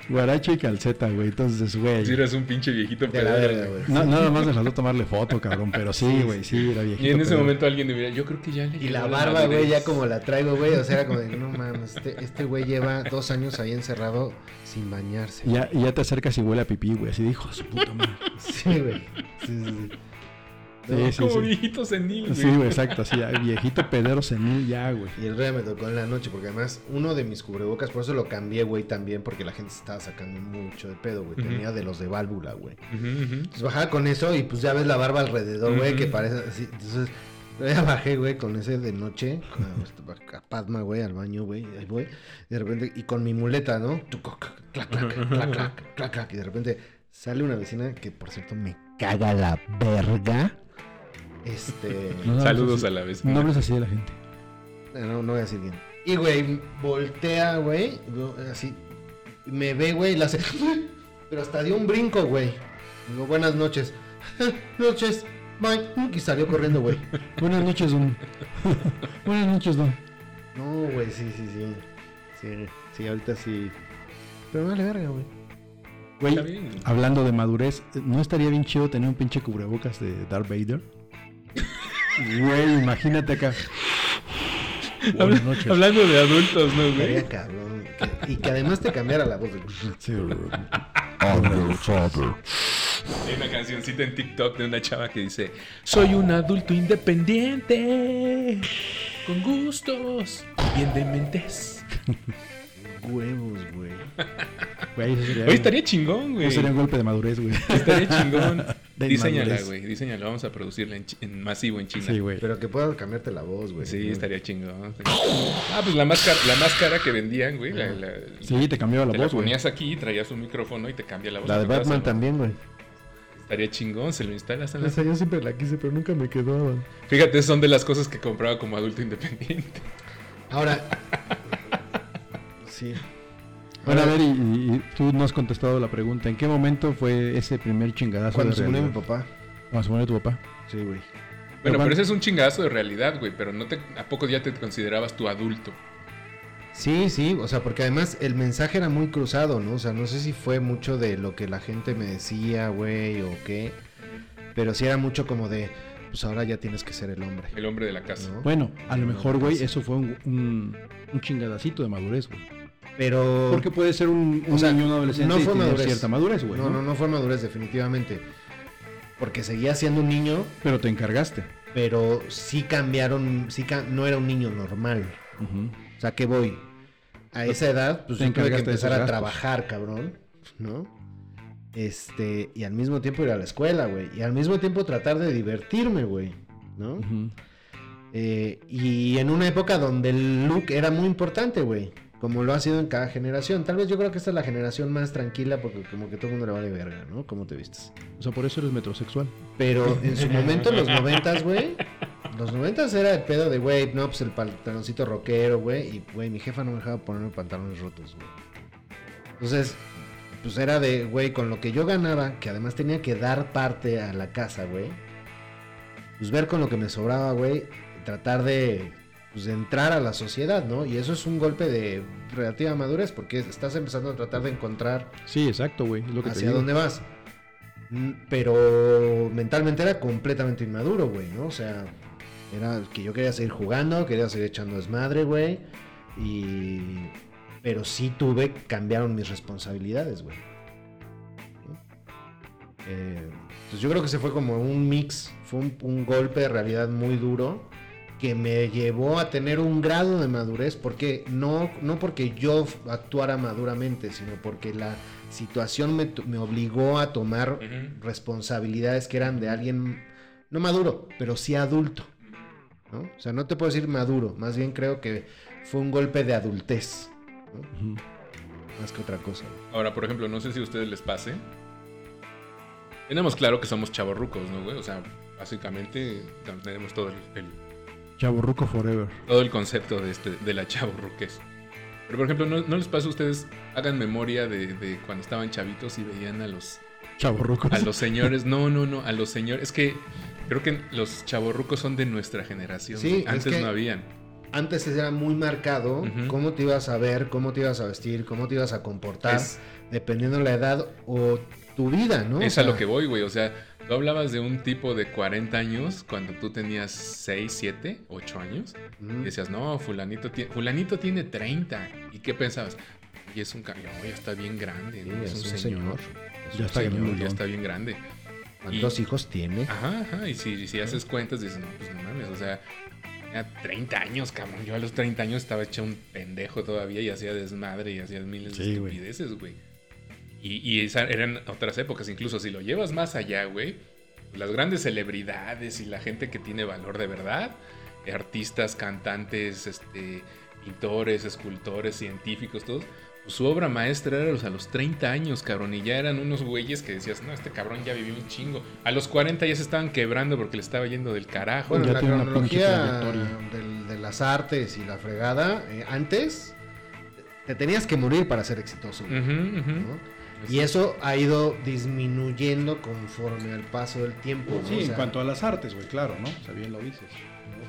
Speaker 1: Guaracho y calceta, güey. Entonces, güey.
Speaker 3: Si eres un pinche viejito
Speaker 2: De la
Speaker 3: pedero,
Speaker 2: verga,
Speaker 3: güey.
Speaker 2: güey.
Speaker 1: No, nada más me faltó tomarle foto, cabrón, pero sí, güey, sí, era viejito.
Speaker 3: Y en ese
Speaker 1: pero-
Speaker 3: momento alguien diría, yo creo que ya le
Speaker 2: Y la
Speaker 3: llegó
Speaker 2: barba, güey,
Speaker 3: madurez.
Speaker 2: ya como la traigo, güey. O sea, era como de, no mames, este, este güey lleva dos años ahí encerrado sin bañarse.
Speaker 1: Y Ya, y ya te acercas y huele a pipí, güey, así dijo su puta madre.
Speaker 2: Sí, güey. Sí, sí, sí.
Speaker 1: Sí, sí,
Speaker 3: Como
Speaker 1: sí.
Speaker 3: viejito senil, güey.
Speaker 1: Sí, güey, exacto, así, ya, viejito pedero senil ya, güey.
Speaker 2: Y el rey me tocó en la noche, porque además uno de mis cubrebocas, por eso lo cambié, güey, también, porque la gente se estaba sacando mucho de pedo, güey.
Speaker 3: Ujú.
Speaker 2: Tenía de los de válvula, güey.
Speaker 3: Ujú, ujú.
Speaker 2: Pues bajaba con eso y pues ya ves la barba alrededor, güey, que
Speaker 3: Ujú.
Speaker 2: parece así. Entonces, ya bajé, güey, con ese de noche, a- a Padma, güey, al baño, güey, y ahí voy. Y de repente, y con mi muleta, ¿no? Tuco, c- Clac, clac, clac, clac, clac, clac. Y de repente sale una vecina que, por cierto, me caga la verga. Este.
Speaker 1: No,
Speaker 3: Saludos
Speaker 1: sí.
Speaker 3: a la vez.
Speaker 1: No hables así de la gente.
Speaker 2: No, no voy a decir bien. Y, güey, voltea, güey, yo, así. Me ve, güey, y la hace. Pero hasta dio un brinco, güey. Digo, buenas noches. noches. Bye. Y salió corriendo, güey.
Speaker 1: Buenas noches, don. Buenas noches, don.
Speaker 2: No, güey, sí, sí, sí. Sí, sí, ahorita sí. Pero vale verga, güey.
Speaker 3: Está
Speaker 1: Güey,
Speaker 3: bien.
Speaker 1: hablando de madurez, ¿no estaría bien chido tener un pinche cubrebocas de Darth Vader? Güey, imagínate acá. Buenas noches.
Speaker 3: Hablando de adultos, ¿no, güey?
Speaker 2: Estaría cabrón. Que- y que además te cambiara la voz.
Speaker 1: Sí, güey.
Speaker 4: I'm your father.
Speaker 3: Hay una cancioncita en TikTok de una chava que dice: Soy un adulto independiente, con gustos y bien de mentes.
Speaker 2: Huevos, güey.
Speaker 1: Güey, eso sería,
Speaker 3: Oye, estaría chingón, güey.
Speaker 1: eso sería un golpe de madurez, güey.
Speaker 3: Estaría chingón.
Speaker 1: De
Speaker 3: Diseñala,
Speaker 1: inmadurez.
Speaker 3: güey. Diseñala. Vamos a producirla en, chi- en masivo en China.
Speaker 1: Sí, güey.
Speaker 2: Pero que pueda cambiarte la voz, güey.
Speaker 3: Sí, estaría chingón. Ah, pues la máscara, la máscara que vendían, güey. La, la-
Speaker 1: Sí, te cambiaba
Speaker 3: te
Speaker 1: la
Speaker 3: la
Speaker 1: voz, güey.
Speaker 3: ponías aquí, traías un micrófono y te cambia la voz.
Speaker 2: La de
Speaker 3: Te vas a-
Speaker 2: Batman también, güey.
Speaker 3: Estaría chingón, se lo instalas a la...
Speaker 2: Esa yo siempre la quise, pero nunca me quedaba.
Speaker 3: Fíjate, son de las cosas que compraba como adulto independiente.
Speaker 2: Ahora. sí.
Speaker 1: Bueno, a ver, y, y- y tú no has contestado la pregunta. ¿En qué momento fue ese primer chingadazo
Speaker 2: Cuando
Speaker 1: de
Speaker 2: se murió mi
Speaker 1: realidad?
Speaker 2: papá.
Speaker 1: Cuando se murió tu papá.
Speaker 2: Sí, güey.
Speaker 3: Bueno,
Speaker 1: van-
Speaker 3: pero ese es un chingazo de realidad, güey. Pero no te, ¿a poco ya te considerabas tu adulto?
Speaker 2: Sí, sí, o sea, porque además el mensaje era muy cruzado, ¿no? O sea, no sé si fue mucho de lo que la gente me decía, güey, o qué, pero sí era mucho como de, pues ahora ya tienes que ser el hombre.
Speaker 3: El hombre de la casa.
Speaker 2: ¿no?
Speaker 1: Bueno, a lo
Speaker 2: No,
Speaker 1: mejor, güey,
Speaker 2: pues-
Speaker 1: eso fue un, un, un chingadacito de madurez, güey.
Speaker 2: Pero...
Speaker 1: Porque puede ser un, un
Speaker 2: O sea,
Speaker 1: niño, un adolescente
Speaker 2: no
Speaker 1: y
Speaker 2: fue
Speaker 1: tener
Speaker 2: madurez.
Speaker 1: cierta madurez, güey.
Speaker 2: no,
Speaker 1: ¿no?
Speaker 2: no, no fue madurez, definitivamente. Porque seguía siendo un niño,
Speaker 1: Pero te encargaste.
Speaker 2: pero sí cambiaron, sí ca- no era un niño normal. O sea, ¿qué voy? A esa edad, pues
Speaker 1: Te
Speaker 2: yo tuve que
Speaker 1: encargaste de esos
Speaker 2: empezar a
Speaker 1: gastos.
Speaker 2: trabajar, cabrón, ¿no? Este, y al mismo tiempo ir a la escuela, güey. Y al mismo tiempo tratar de divertirme, güey, ¿no?
Speaker 1: Ujú.
Speaker 2: Eh, y en una época donde el look era muy importante, güey. Como lo ha sido en cada generación. Tal vez yo creo que esta es la generación más tranquila porque como que todo el mundo le vale verga, ¿no? ¿Cómo te vistes?
Speaker 1: O sea, por eso eres metrosexual.
Speaker 2: Pero en su momento, los noventas, güey. Los noventas era el pedo de, güey, no, pues el pantaloncito rockero, güey. Y, güey, mi jefa no me dejaba ponerme pantalones rotos, güey. Entonces, pues era de, güey, con lo que yo ganaba, que además tenía que dar parte a la casa, güey. Pues ver con lo que me sobraba, güey. Tratar de, pues, de entrar a la sociedad, ¿no? Y eso es un golpe de relativa madurez porque estás empezando a tratar de encontrar
Speaker 1: Sí, exacto, güey. Es lo que te
Speaker 2: hacia
Speaker 1: digo.
Speaker 2: dónde vas. Mm, Pero mentalmente era completamente inmaduro, güey, ¿no? O sea, era que yo quería seguir jugando, quería seguir echando desmadre, güey. Y. Pero sí tuve, cambiaron mis responsabilidades, güey. ¿No? Eh, entonces yo creo que se fue como un mix, fue un, un golpe de realidad muy duro que me llevó a tener un grado de madurez, porque no, no porque yo f- actuara maduramente, sino porque la situación me, tu- me obligó a tomar
Speaker 3: Ujú.
Speaker 2: responsabilidades que eran de alguien no maduro, pero sí adulto. ¿no? O sea, no te puedo decir maduro, más bien creo que fue un golpe de adultez,
Speaker 1: Ujú.
Speaker 2: más que otra cosa. güey.
Speaker 3: Ahora, por ejemplo, no sé si a ustedes les pase. Tenemos claro que somos chavorrucos, ¿no, güey? O sea, básicamente tenemos todo el- el,
Speaker 1: Chaborruco forever.
Speaker 3: todo el concepto de, este, de la chavorruquez. Pero, por ejemplo, ¿no, no les pasa a ustedes, hagan memoria de, de cuando estaban chavitos y veían a los,
Speaker 1: Chaborruco.
Speaker 3: a los señores? No, no, no, a los señores. Es que creo que los chavorrucos son de nuestra generación.
Speaker 2: Sí, es
Speaker 3: Antes
Speaker 2: que-
Speaker 3: no habían.
Speaker 2: Antes era muy marcado
Speaker 3: Ujú.
Speaker 2: cómo te ibas a ver, cómo te ibas a vestir, cómo te ibas a comportar,
Speaker 3: Es-
Speaker 2: dependiendo la edad o tu vida, ¿no? O
Speaker 3: es
Speaker 2: sea,
Speaker 3: a lo que voy, güey. O sea, tú hablabas de un tipo de 40 años cuando tú tenías 6, 7, 8 años.
Speaker 2: mm,
Speaker 3: Y decías, no, fulanito, tiene fulanito tiene 30. ¿Y qué pensabas? Y es un camión, ya está bien grande.
Speaker 2: sí,
Speaker 3: ¿no?
Speaker 2: es un señor.
Speaker 1: Ya está
Speaker 3: Señor,
Speaker 1: grande.
Speaker 3: ya
Speaker 1: ¿no?
Speaker 3: está bien grande.
Speaker 2: ¿Cuántos
Speaker 3: Y-
Speaker 2: hijos tiene?
Speaker 3: Ajá, ajá. Y si, y si haces cuentas, dices, no, pues no mames, o sea, tenía 30 años, cabrón. Yo a los 30 años estaba hecho un pendejo todavía y hacía desmadre y hacía miles de
Speaker 1: Sí, güey.
Speaker 3: estupideces, güey. Y, y esa- eran otras épocas, incluso si lo llevas más allá, güey, las grandes celebridades y la gente que tiene valor de verdad, artistas, cantantes, este, pintores, escultores, científicos, todos. pues, Su obra maestra era los- a los 30 años, cabrón, y ya eran unos güeyes que decías, no, este cabrón ya vivió un chingo. A los 40 ya se estaban quebrando porque le estaba yendo del carajo.
Speaker 2: Bueno,
Speaker 1: Ya
Speaker 2: la
Speaker 1: tiene una pinche
Speaker 2: cronología
Speaker 1: trayectoria.
Speaker 2: del- de las artes y la fregada, eh, antes te tenías que morir para ser exitoso. güey,
Speaker 3: Ujú, ujú.
Speaker 2: ¿no? Y eso ha ido disminuyendo conforme al paso del tiempo. ¿no?
Speaker 1: Sí,
Speaker 2: O
Speaker 1: en
Speaker 2: sea,
Speaker 1: cuanto a las artes, güey, claro, ¿no? O sea, bien lo dices.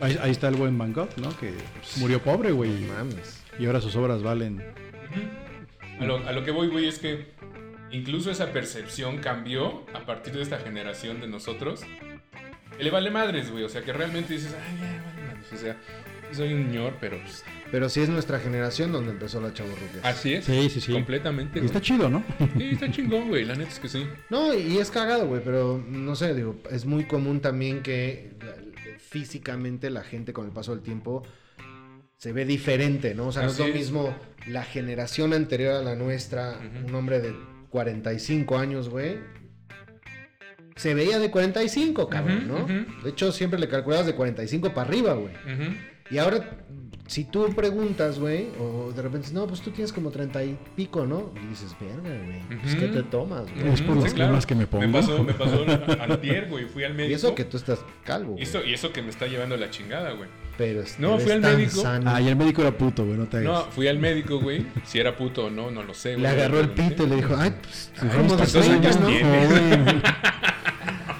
Speaker 1: Ahí, ahí está el buen Van Gogh, ¿no? Que murió pobre, güey.
Speaker 2: no mames.
Speaker 1: Y ahora sus obras valen.
Speaker 3: Ujú. A lo, a lo que voy, güey, es que incluso esa percepción cambió a partir de esta generación de nosotros. Que le vale madres, güey. O sea, que realmente dices, ay, ya, vale madres. O sea, sí soy un ñor, pero pues,
Speaker 2: Pero sí es nuestra generación donde empezó la chaburruca.
Speaker 3: Así es.
Speaker 1: Sí, sí, sí.
Speaker 3: Completamente.
Speaker 1: Y está
Speaker 3: güey.
Speaker 1: chido, ¿no?
Speaker 3: Sí, está chingón, güey. La neta es que sí.
Speaker 2: No, y es cagado, güey, pero no sé, digo, es muy común también que la- físicamente la gente con el paso del tiempo se ve diferente, ¿no? O sea,
Speaker 3: Así
Speaker 2: no es
Speaker 3: es.
Speaker 2: lo mismo la generación anterior a la nuestra,
Speaker 3: Ujú.
Speaker 2: un hombre de 45 años, güey. Se veía de 45, cabrón,
Speaker 3: Ujú,
Speaker 2: ¿no?
Speaker 3: ujú.
Speaker 2: De hecho, siempre le calculabas de 45 para arriba, güey.
Speaker 3: Ujú.
Speaker 2: Y ahora, si tú preguntas, güey, o de repente, no, pues tú tienes como 30 y pico, ¿no? Y dices, verga, güey, pues
Speaker 3: Ujú.
Speaker 2: ¿qué te tomas, güey?
Speaker 1: Es por
Speaker 3: Ujú,
Speaker 1: las cremas que me pongo.
Speaker 3: Me pasó, me pasó antier, güey. Fui al médico.
Speaker 2: Y eso que tú estás calvo.
Speaker 3: Y eso, y eso que me está llevando la chingada, güey.
Speaker 2: pero
Speaker 3: No, fui al médico.
Speaker 1: Ah, y el médico era puto, güey, no te hagas.
Speaker 3: No, fui al médico, güey. Si era puto o no, no lo sé, güey.
Speaker 2: le agarró el
Speaker 3: Pregunté.
Speaker 2: pito y le dijo, ay, pues,
Speaker 1: Ay,
Speaker 2: ¿cómo
Speaker 1: ¿cuántos
Speaker 2: se ve,
Speaker 3: años
Speaker 2: no?
Speaker 3: tiene?
Speaker 1: Joven.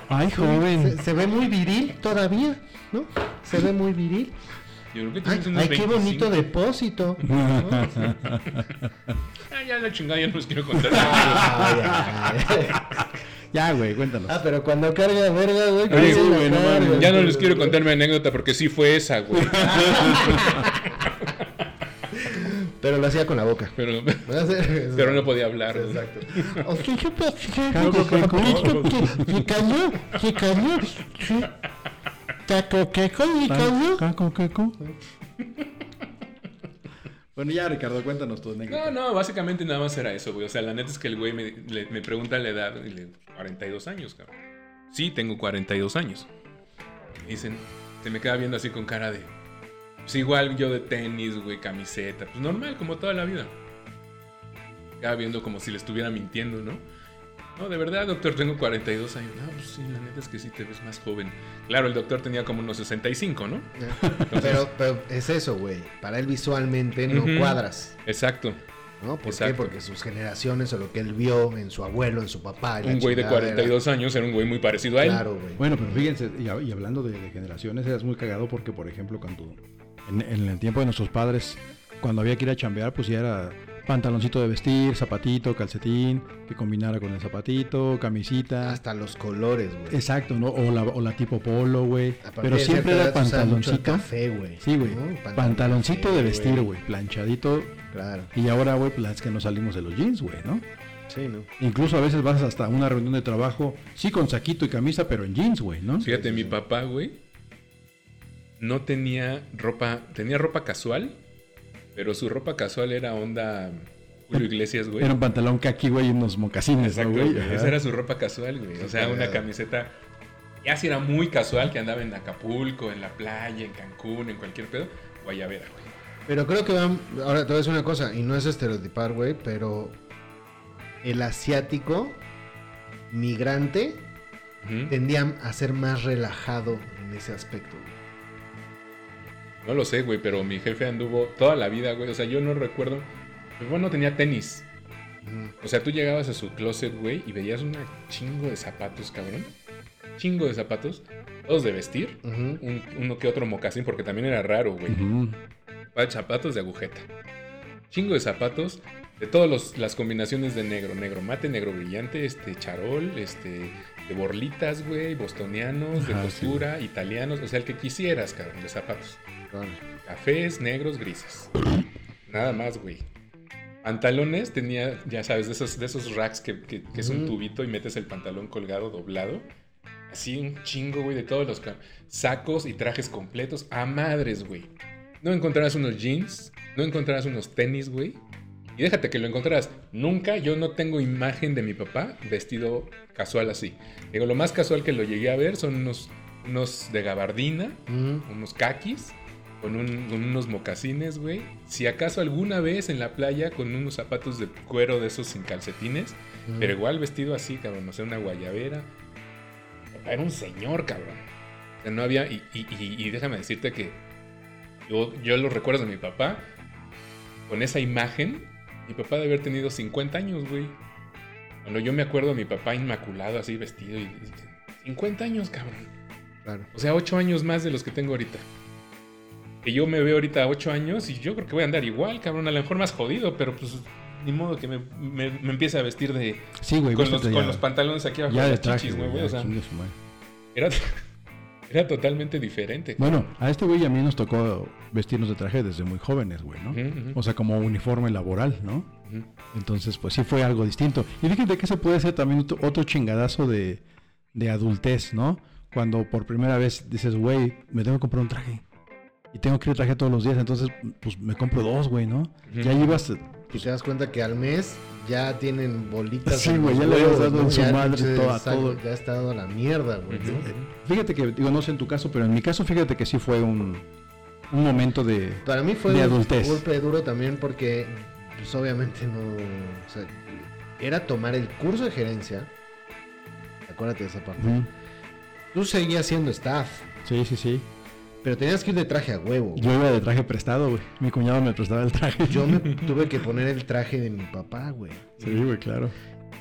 Speaker 1: Ay, joven.
Speaker 2: Se, se ve muy viril todavía, ¿no? Se ve muy viril.
Speaker 3: Yo creo que
Speaker 2: Ay,
Speaker 3: tienes unos
Speaker 2: ay, qué
Speaker 3: 25.
Speaker 2: bonito depósito. ¿no?
Speaker 3: Ah, ya la chingada, ya no los quiero contar.
Speaker 2: Ay, ay, ay.
Speaker 1: ya, güey, cuéntanos.
Speaker 2: Ah, pero cuando carga verga, güey.
Speaker 1: Oye,
Speaker 2: sí la
Speaker 1: güey, no
Speaker 2: carga,
Speaker 1: mames,
Speaker 3: ya no les quiero contar mi anécdota porque sí fue esa, güey.
Speaker 2: Pero lo hacía con la boca.
Speaker 3: Pero, pero
Speaker 2: Pero
Speaker 3: no podía hablar. güey.
Speaker 2: Exacto.
Speaker 1: Caco, caco.
Speaker 4: ¿Qué cayó? ¿Qué cayó? ¿Sí? ¿Taco queco? ¿Qué cayó?
Speaker 1: Caco, caco. Bueno, ya, Ricardo, cuéntanos tu
Speaker 3: No,
Speaker 1: anécdota.
Speaker 3: no, básicamente nada más era eso, güey. O sea, la neta es que el güey me, le- me pregunta la edad y le 42 años, cabrón. Sí, tengo 42 años. Y se, se me queda viendo así con cara de... Pues igual yo de tenis, güey, camiseta. Pues normal, como toda la vida. Queda viendo como si le estuviera mintiendo, ¿no? No, de verdad, doctor, tengo 42 años. No, pues sí, la neta es que sí te ves más joven. Claro, el doctor tenía como unos 65, ¿no?
Speaker 2: Pero, pero es eso, güey. Para él visualmente no
Speaker 3: Ujú.
Speaker 2: cuadras.
Speaker 3: Exacto.
Speaker 2: ¿No? ¿Por qué?
Speaker 3: Exacto.
Speaker 2: Porque sus generaciones o lo que él vio en su abuelo, en su papá. y la
Speaker 3: Un güey de
Speaker 2: chingada
Speaker 3: 42 años era un güey muy parecido a
Speaker 2: era-
Speaker 3: él.
Speaker 2: Claro, güey.
Speaker 1: Bueno, pero fíjense, y, hab- y hablando de, de generaciones, eras muy cagado porque, por ejemplo, cuando en, en el tiempo de nuestros padres, cuando había que ir a chambear, pues ya era pantaloncito de vestir, zapatito, calcetín, que combinara con el zapatito, camisita.
Speaker 2: Hasta los colores, güey.
Speaker 1: Exacto, ¿no? O la, o la tipo polo, güey.
Speaker 2: A partir
Speaker 1: Pero
Speaker 2: de
Speaker 1: siempre
Speaker 2: cierta
Speaker 1: era
Speaker 2: edad se usaba mucho el
Speaker 1: pantaloncito.
Speaker 2: café, güey.
Speaker 1: Sí, güey.
Speaker 2: ¿no? Pantalón
Speaker 1: Pantaloncito
Speaker 2: café,
Speaker 1: de vestir, güey. Planchadito.
Speaker 2: Claro.
Speaker 1: Y ahora, güey, pues es que no salimos de los jeans, güey, ¿no?
Speaker 2: Sí, ¿no?
Speaker 1: Incluso a veces vas hasta una reunión de trabajo, sí con saquito y camisa, pero en jeans, güey, ¿no?
Speaker 3: Fíjate, mi papá, güey, no tenía ropa, tenía ropa casual, pero su ropa casual era onda Julio Iglesias, güey.
Speaker 1: Era un pantalón kaki, güey, y unos mocasines, ¿no,
Speaker 3: Exacto,
Speaker 1: güey?
Speaker 3: güey.
Speaker 1: Ajá.
Speaker 3: Esa era su ropa casual, güey. O sea, una
Speaker 2: cagado.
Speaker 3: camiseta. Ya si era muy casual que andaba en Acapulco, en la playa, en Cancún, en cualquier pedo, guayabera, güey.
Speaker 2: Pero creo que van. Ahora te voy a decir una cosa, y no es estereotipar, güey, pero el asiático migrante
Speaker 3: Ujú.
Speaker 2: tendía a ser más relajado en ese aspecto, güey.
Speaker 3: No lo sé, güey, pero mi jefe anduvo toda la vida, güey. O sea, yo no recuerdo. Mi papá no tenía tenis.
Speaker 2: Ujú.
Speaker 3: O sea, tú llegabas a su closet, güey, y veías una chingo de zapatos, cabrón. Chingo de zapatos. Todos de vestir.
Speaker 2: Ujú.
Speaker 3: Un- uno que otro mocasín, porque también era raro, güey.
Speaker 1: Ujú.
Speaker 3: Pa- Zapatos de agujeta. Chingo de zapatos. De todas las combinaciones de negro. Negro mate, negro brillante, este charol, este de borlitas, güey, bostonianos, de
Speaker 1: Ajá,
Speaker 3: costura, italianos. O sea, el que quisieras, cabrón, de zapatos.
Speaker 2: Claro.
Speaker 3: Cafés, negros, grises. Nada más, güey. Pantalones tenía, ya sabes, de esos, de esos racks que, que- que es un
Speaker 2: Ujú.
Speaker 3: tubito y metes el pantalón colgado, doblado. Así un chingo, güey, de todos los ca- sacos y trajes completos. A madres, güey. No encontrarás unos jeans, no encontrarás unos tenis, güey. Y déjate que lo encontrarás. Nunca yo no tengo imagen de mi papá vestido casual así. Digo, lo más casual que lo llegué a ver son unos, unos de gabardina,
Speaker 2: Ujú.
Speaker 3: unos caquis, con, un- con unos mocasines, güey. Si acaso alguna vez en la playa con unos zapatos de cuero de esos sin calcetines,
Speaker 2: Ujú.
Speaker 3: pero igual vestido así, cabrón, no sé, una guayabera. Papá Era un señor, cabrón. O sea, no había, y, y- y- y déjame decirte que yo, yo los recuerdos de mi papá, con esa imagen, mi papá de haber tenido 50 años, güey. Cuando yo me acuerdo de mi papá inmaculado, así vestido, y, y- 50 años, cabrón.
Speaker 2: Claro.
Speaker 3: O sea, ocho años más de los que tengo ahorita. Que yo me veo ahorita a ocho años y yo creo que voy a andar igual, cabrón. A lo mejor más jodido, pero pues ni modo que me, me- me empiece a vestir de.
Speaker 1: Sí, güey,
Speaker 3: con los,
Speaker 1: vístete
Speaker 3: con
Speaker 1: ya,
Speaker 3: los pantalones aquí abajo
Speaker 1: ya
Speaker 3: de
Speaker 1: de
Speaker 3: las
Speaker 1: traje,
Speaker 3: chichis,
Speaker 1: güey,
Speaker 3: güey.
Speaker 1: ya,
Speaker 3: O sea,
Speaker 1: chingue su madre.
Speaker 3: era, Era totalmente diferente.
Speaker 1: Bueno, a este güey y a mí nos tocó vestirnos de traje desde muy jóvenes, güey, ¿no?
Speaker 3: Ujú, ujú.
Speaker 1: O sea, como uniforme laboral, ¿no?
Speaker 3: Ujú.
Speaker 1: Entonces, pues sí fue algo distinto. Y fíjate que ese puede ser también otro- otro chingadazo de, de adultez, ¿no? Cuando por primera vez dices, güey, me tengo que comprar un traje. Y tengo que ir de traje todos los días, entonces, pues me compro dos, güey, ¿no?
Speaker 3: Ujú.
Speaker 1: Ya eh, llevas...
Speaker 2: Y Pues te das cuenta que al mes ya tienen bolitas.
Speaker 1: Sí,
Speaker 2: en
Speaker 1: güey,
Speaker 2: los
Speaker 1: ya le habías
Speaker 2: huevos,
Speaker 1: dado en su
Speaker 2: Ya,
Speaker 1: madre
Speaker 2: entonces,
Speaker 1: toda-
Speaker 2: sal-
Speaker 1: todo.
Speaker 2: Ya está dado a la mierda, güey. ¿no?
Speaker 3: Ujú.
Speaker 1: Fíjate que, digo, no sé en tu caso, pero en mi caso, fíjate que sí fue un, un momento de...
Speaker 2: Para mí fue
Speaker 1: De
Speaker 2: un
Speaker 1: adultez.
Speaker 2: golpe duro también porque, pues obviamente no. o sea, era tomar el curso de gerencia. Acuérdate de esa parte.
Speaker 1: Ujú.
Speaker 2: Tú seguías siendo staff,
Speaker 1: Sí, sí, sí.
Speaker 2: pero tenías que ir de traje a huevo.
Speaker 1: Yo iba de traje prestado, güey. Mi cuñado me prestaba el traje.
Speaker 2: Yo me tuve que poner el traje de mi papá, güey.
Speaker 1: Sí, güey, claro.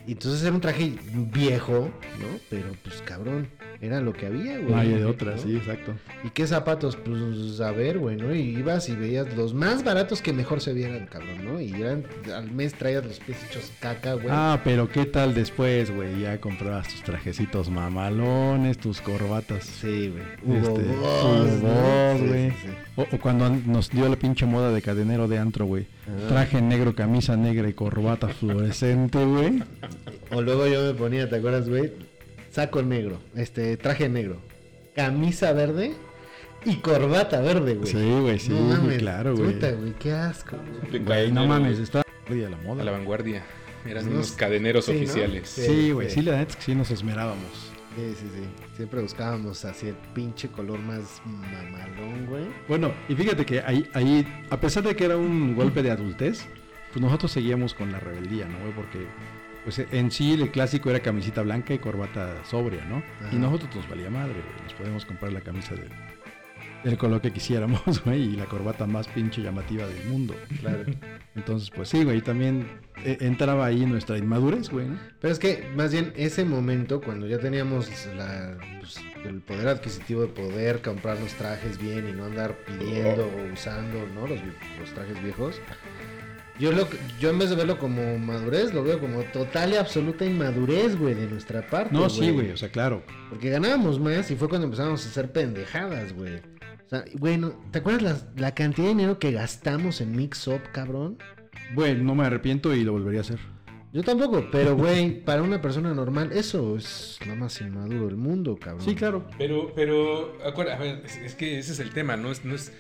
Speaker 2: Y entonces era un traje viejo, ¿no? Pero pues cabrón, era lo que había, güey.
Speaker 1: No hay de otra,
Speaker 2: ¿no?
Speaker 1: sí, exacto.
Speaker 2: ¿Y qué zapatos? Pues a ver, güey, ¿no? Y ibas y veías los más baratos que mejor se vieran, cabrón, ¿no? Y eran, al mes traías los pies hechos caca, güey.
Speaker 1: Ah, pero ¿qué tal después, güey? Ya comprabas tus trajecitos mamalones, tus corbatas.
Speaker 2: Sí, güey.
Speaker 1: Este, Hugo Boss, güey. O, o cuando an- nos dio la pinche moda de cadenero de antro, güey.
Speaker 2: Ah.
Speaker 1: Traje negro, camisa negra y corbata fluorescente, güey.
Speaker 2: O luego yo me ponía, ¿te acuerdas, güey? Saco negro, este, traje negro, camisa verde y corbata verde, güey.
Speaker 1: Sí, güey, sí, güey, claro, güey.
Speaker 2: Puta, güey, qué asco. güey.
Speaker 1: Güey, no mames, está de la
Speaker 3: A la
Speaker 1: moda.
Speaker 3: vanguardia. Eran
Speaker 2: Unos-
Speaker 3: unos cadeneros
Speaker 2: sí, ¿no?
Speaker 3: oficiales.
Speaker 2: Sí.
Speaker 1: Sí, güey, sí, la neta es que sí nos esmerábamos.
Speaker 2: Sí, sí, sí. Siempre buscábamos así el pinche color más mamalón, güey.
Speaker 1: Bueno, y fíjate que ahí, ahí, a pesar de que era un golpe de adultez, pues nosotros seguíamos con la rebeldía, ¿no, güey? Porque, pues en sí el clásico era camisita blanca y corbata sobria, ¿no?
Speaker 2: Ajá.
Speaker 1: Y nosotros nos valía madre, güey. Nos podíamos comprar la camisa de, del color que quisiéramos, güey, y la corbata más pinche llamativa del mundo.
Speaker 2: Claro.
Speaker 1: Entonces, pues sí, güey, también eh, entraba ahí nuestra inmadurez, güey, ¿no?
Speaker 2: Pero es que más bien ese momento, cuando ya teníamos la, pues, el poder adquisitivo de poder comprarnos trajes bien y no andar pidiendo
Speaker 1: Oh.
Speaker 2: o usando ¿no? los, los trajes viejos, yo, lo, que- yo en vez de verlo como madurez, lo veo como total y absoluta inmadurez, güey, de nuestra parte.
Speaker 1: No, sí, güey, o sea, claro.
Speaker 2: Porque ganábamos más y fue cuando empezamos a hacer pendejadas, güey. O sea, bueno, ¿te acuerdas las- la, cantidad de dinero que gastamos en Mix Up, cabrón?
Speaker 1: Güey, no me arrepiento y lo volvería a hacer.
Speaker 2: Yo tampoco, pero güey, para una persona normal, eso es lo más inmaduro del mundo, cabrón.
Speaker 1: Sí, claro.
Speaker 3: Pero, pero, acuérdate, a ver, es, es que ese es el tema, no es, no es,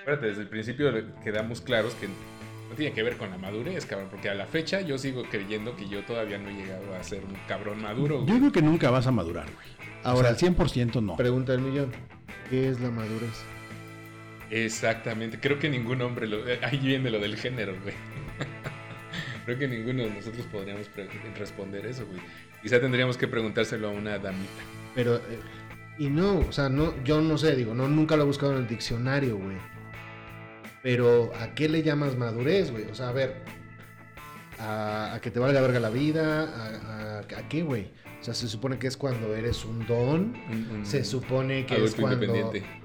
Speaker 3: acuérdate, desde el principio quedamos claros que no tiene que ver con la madurez, cabrón, porque a la fecha yo sigo creyendo que yo todavía no he llegado a ser un cabrón maduro,
Speaker 1: Yo
Speaker 3: güey.
Speaker 1: creo que nunca vas a madurar, güey. Ahora,
Speaker 2: Ahora,
Speaker 1: al 100% no.
Speaker 2: pregunta del millón: ¿qué es la madurez?
Speaker 3: Exactamente, creo que ningún hombre, lo, eh, ahí viene lo del género, güey. creo que ninguno de nosotros podríamos pre- responder eso, güey. Quizá tendríamos que preguntárselo a una damita.
Speaker 2: Pero, eh, y no, o sea, no, yo no sé, digo, no, nunca lo he buscado en el diccionario, güey. Pero, ¿a qué le llamas madurez, güey? O sea, a ver, a, a que te valga verga la vida, a, a- a qué, güey. O sea, se supone que es cuando eres un don,
Speaker 3: Un- un
Speaker 2: se supone que es
Speaker 3: adulto
Speaker 2: cuando.
Speaker 3: Mm, independiente.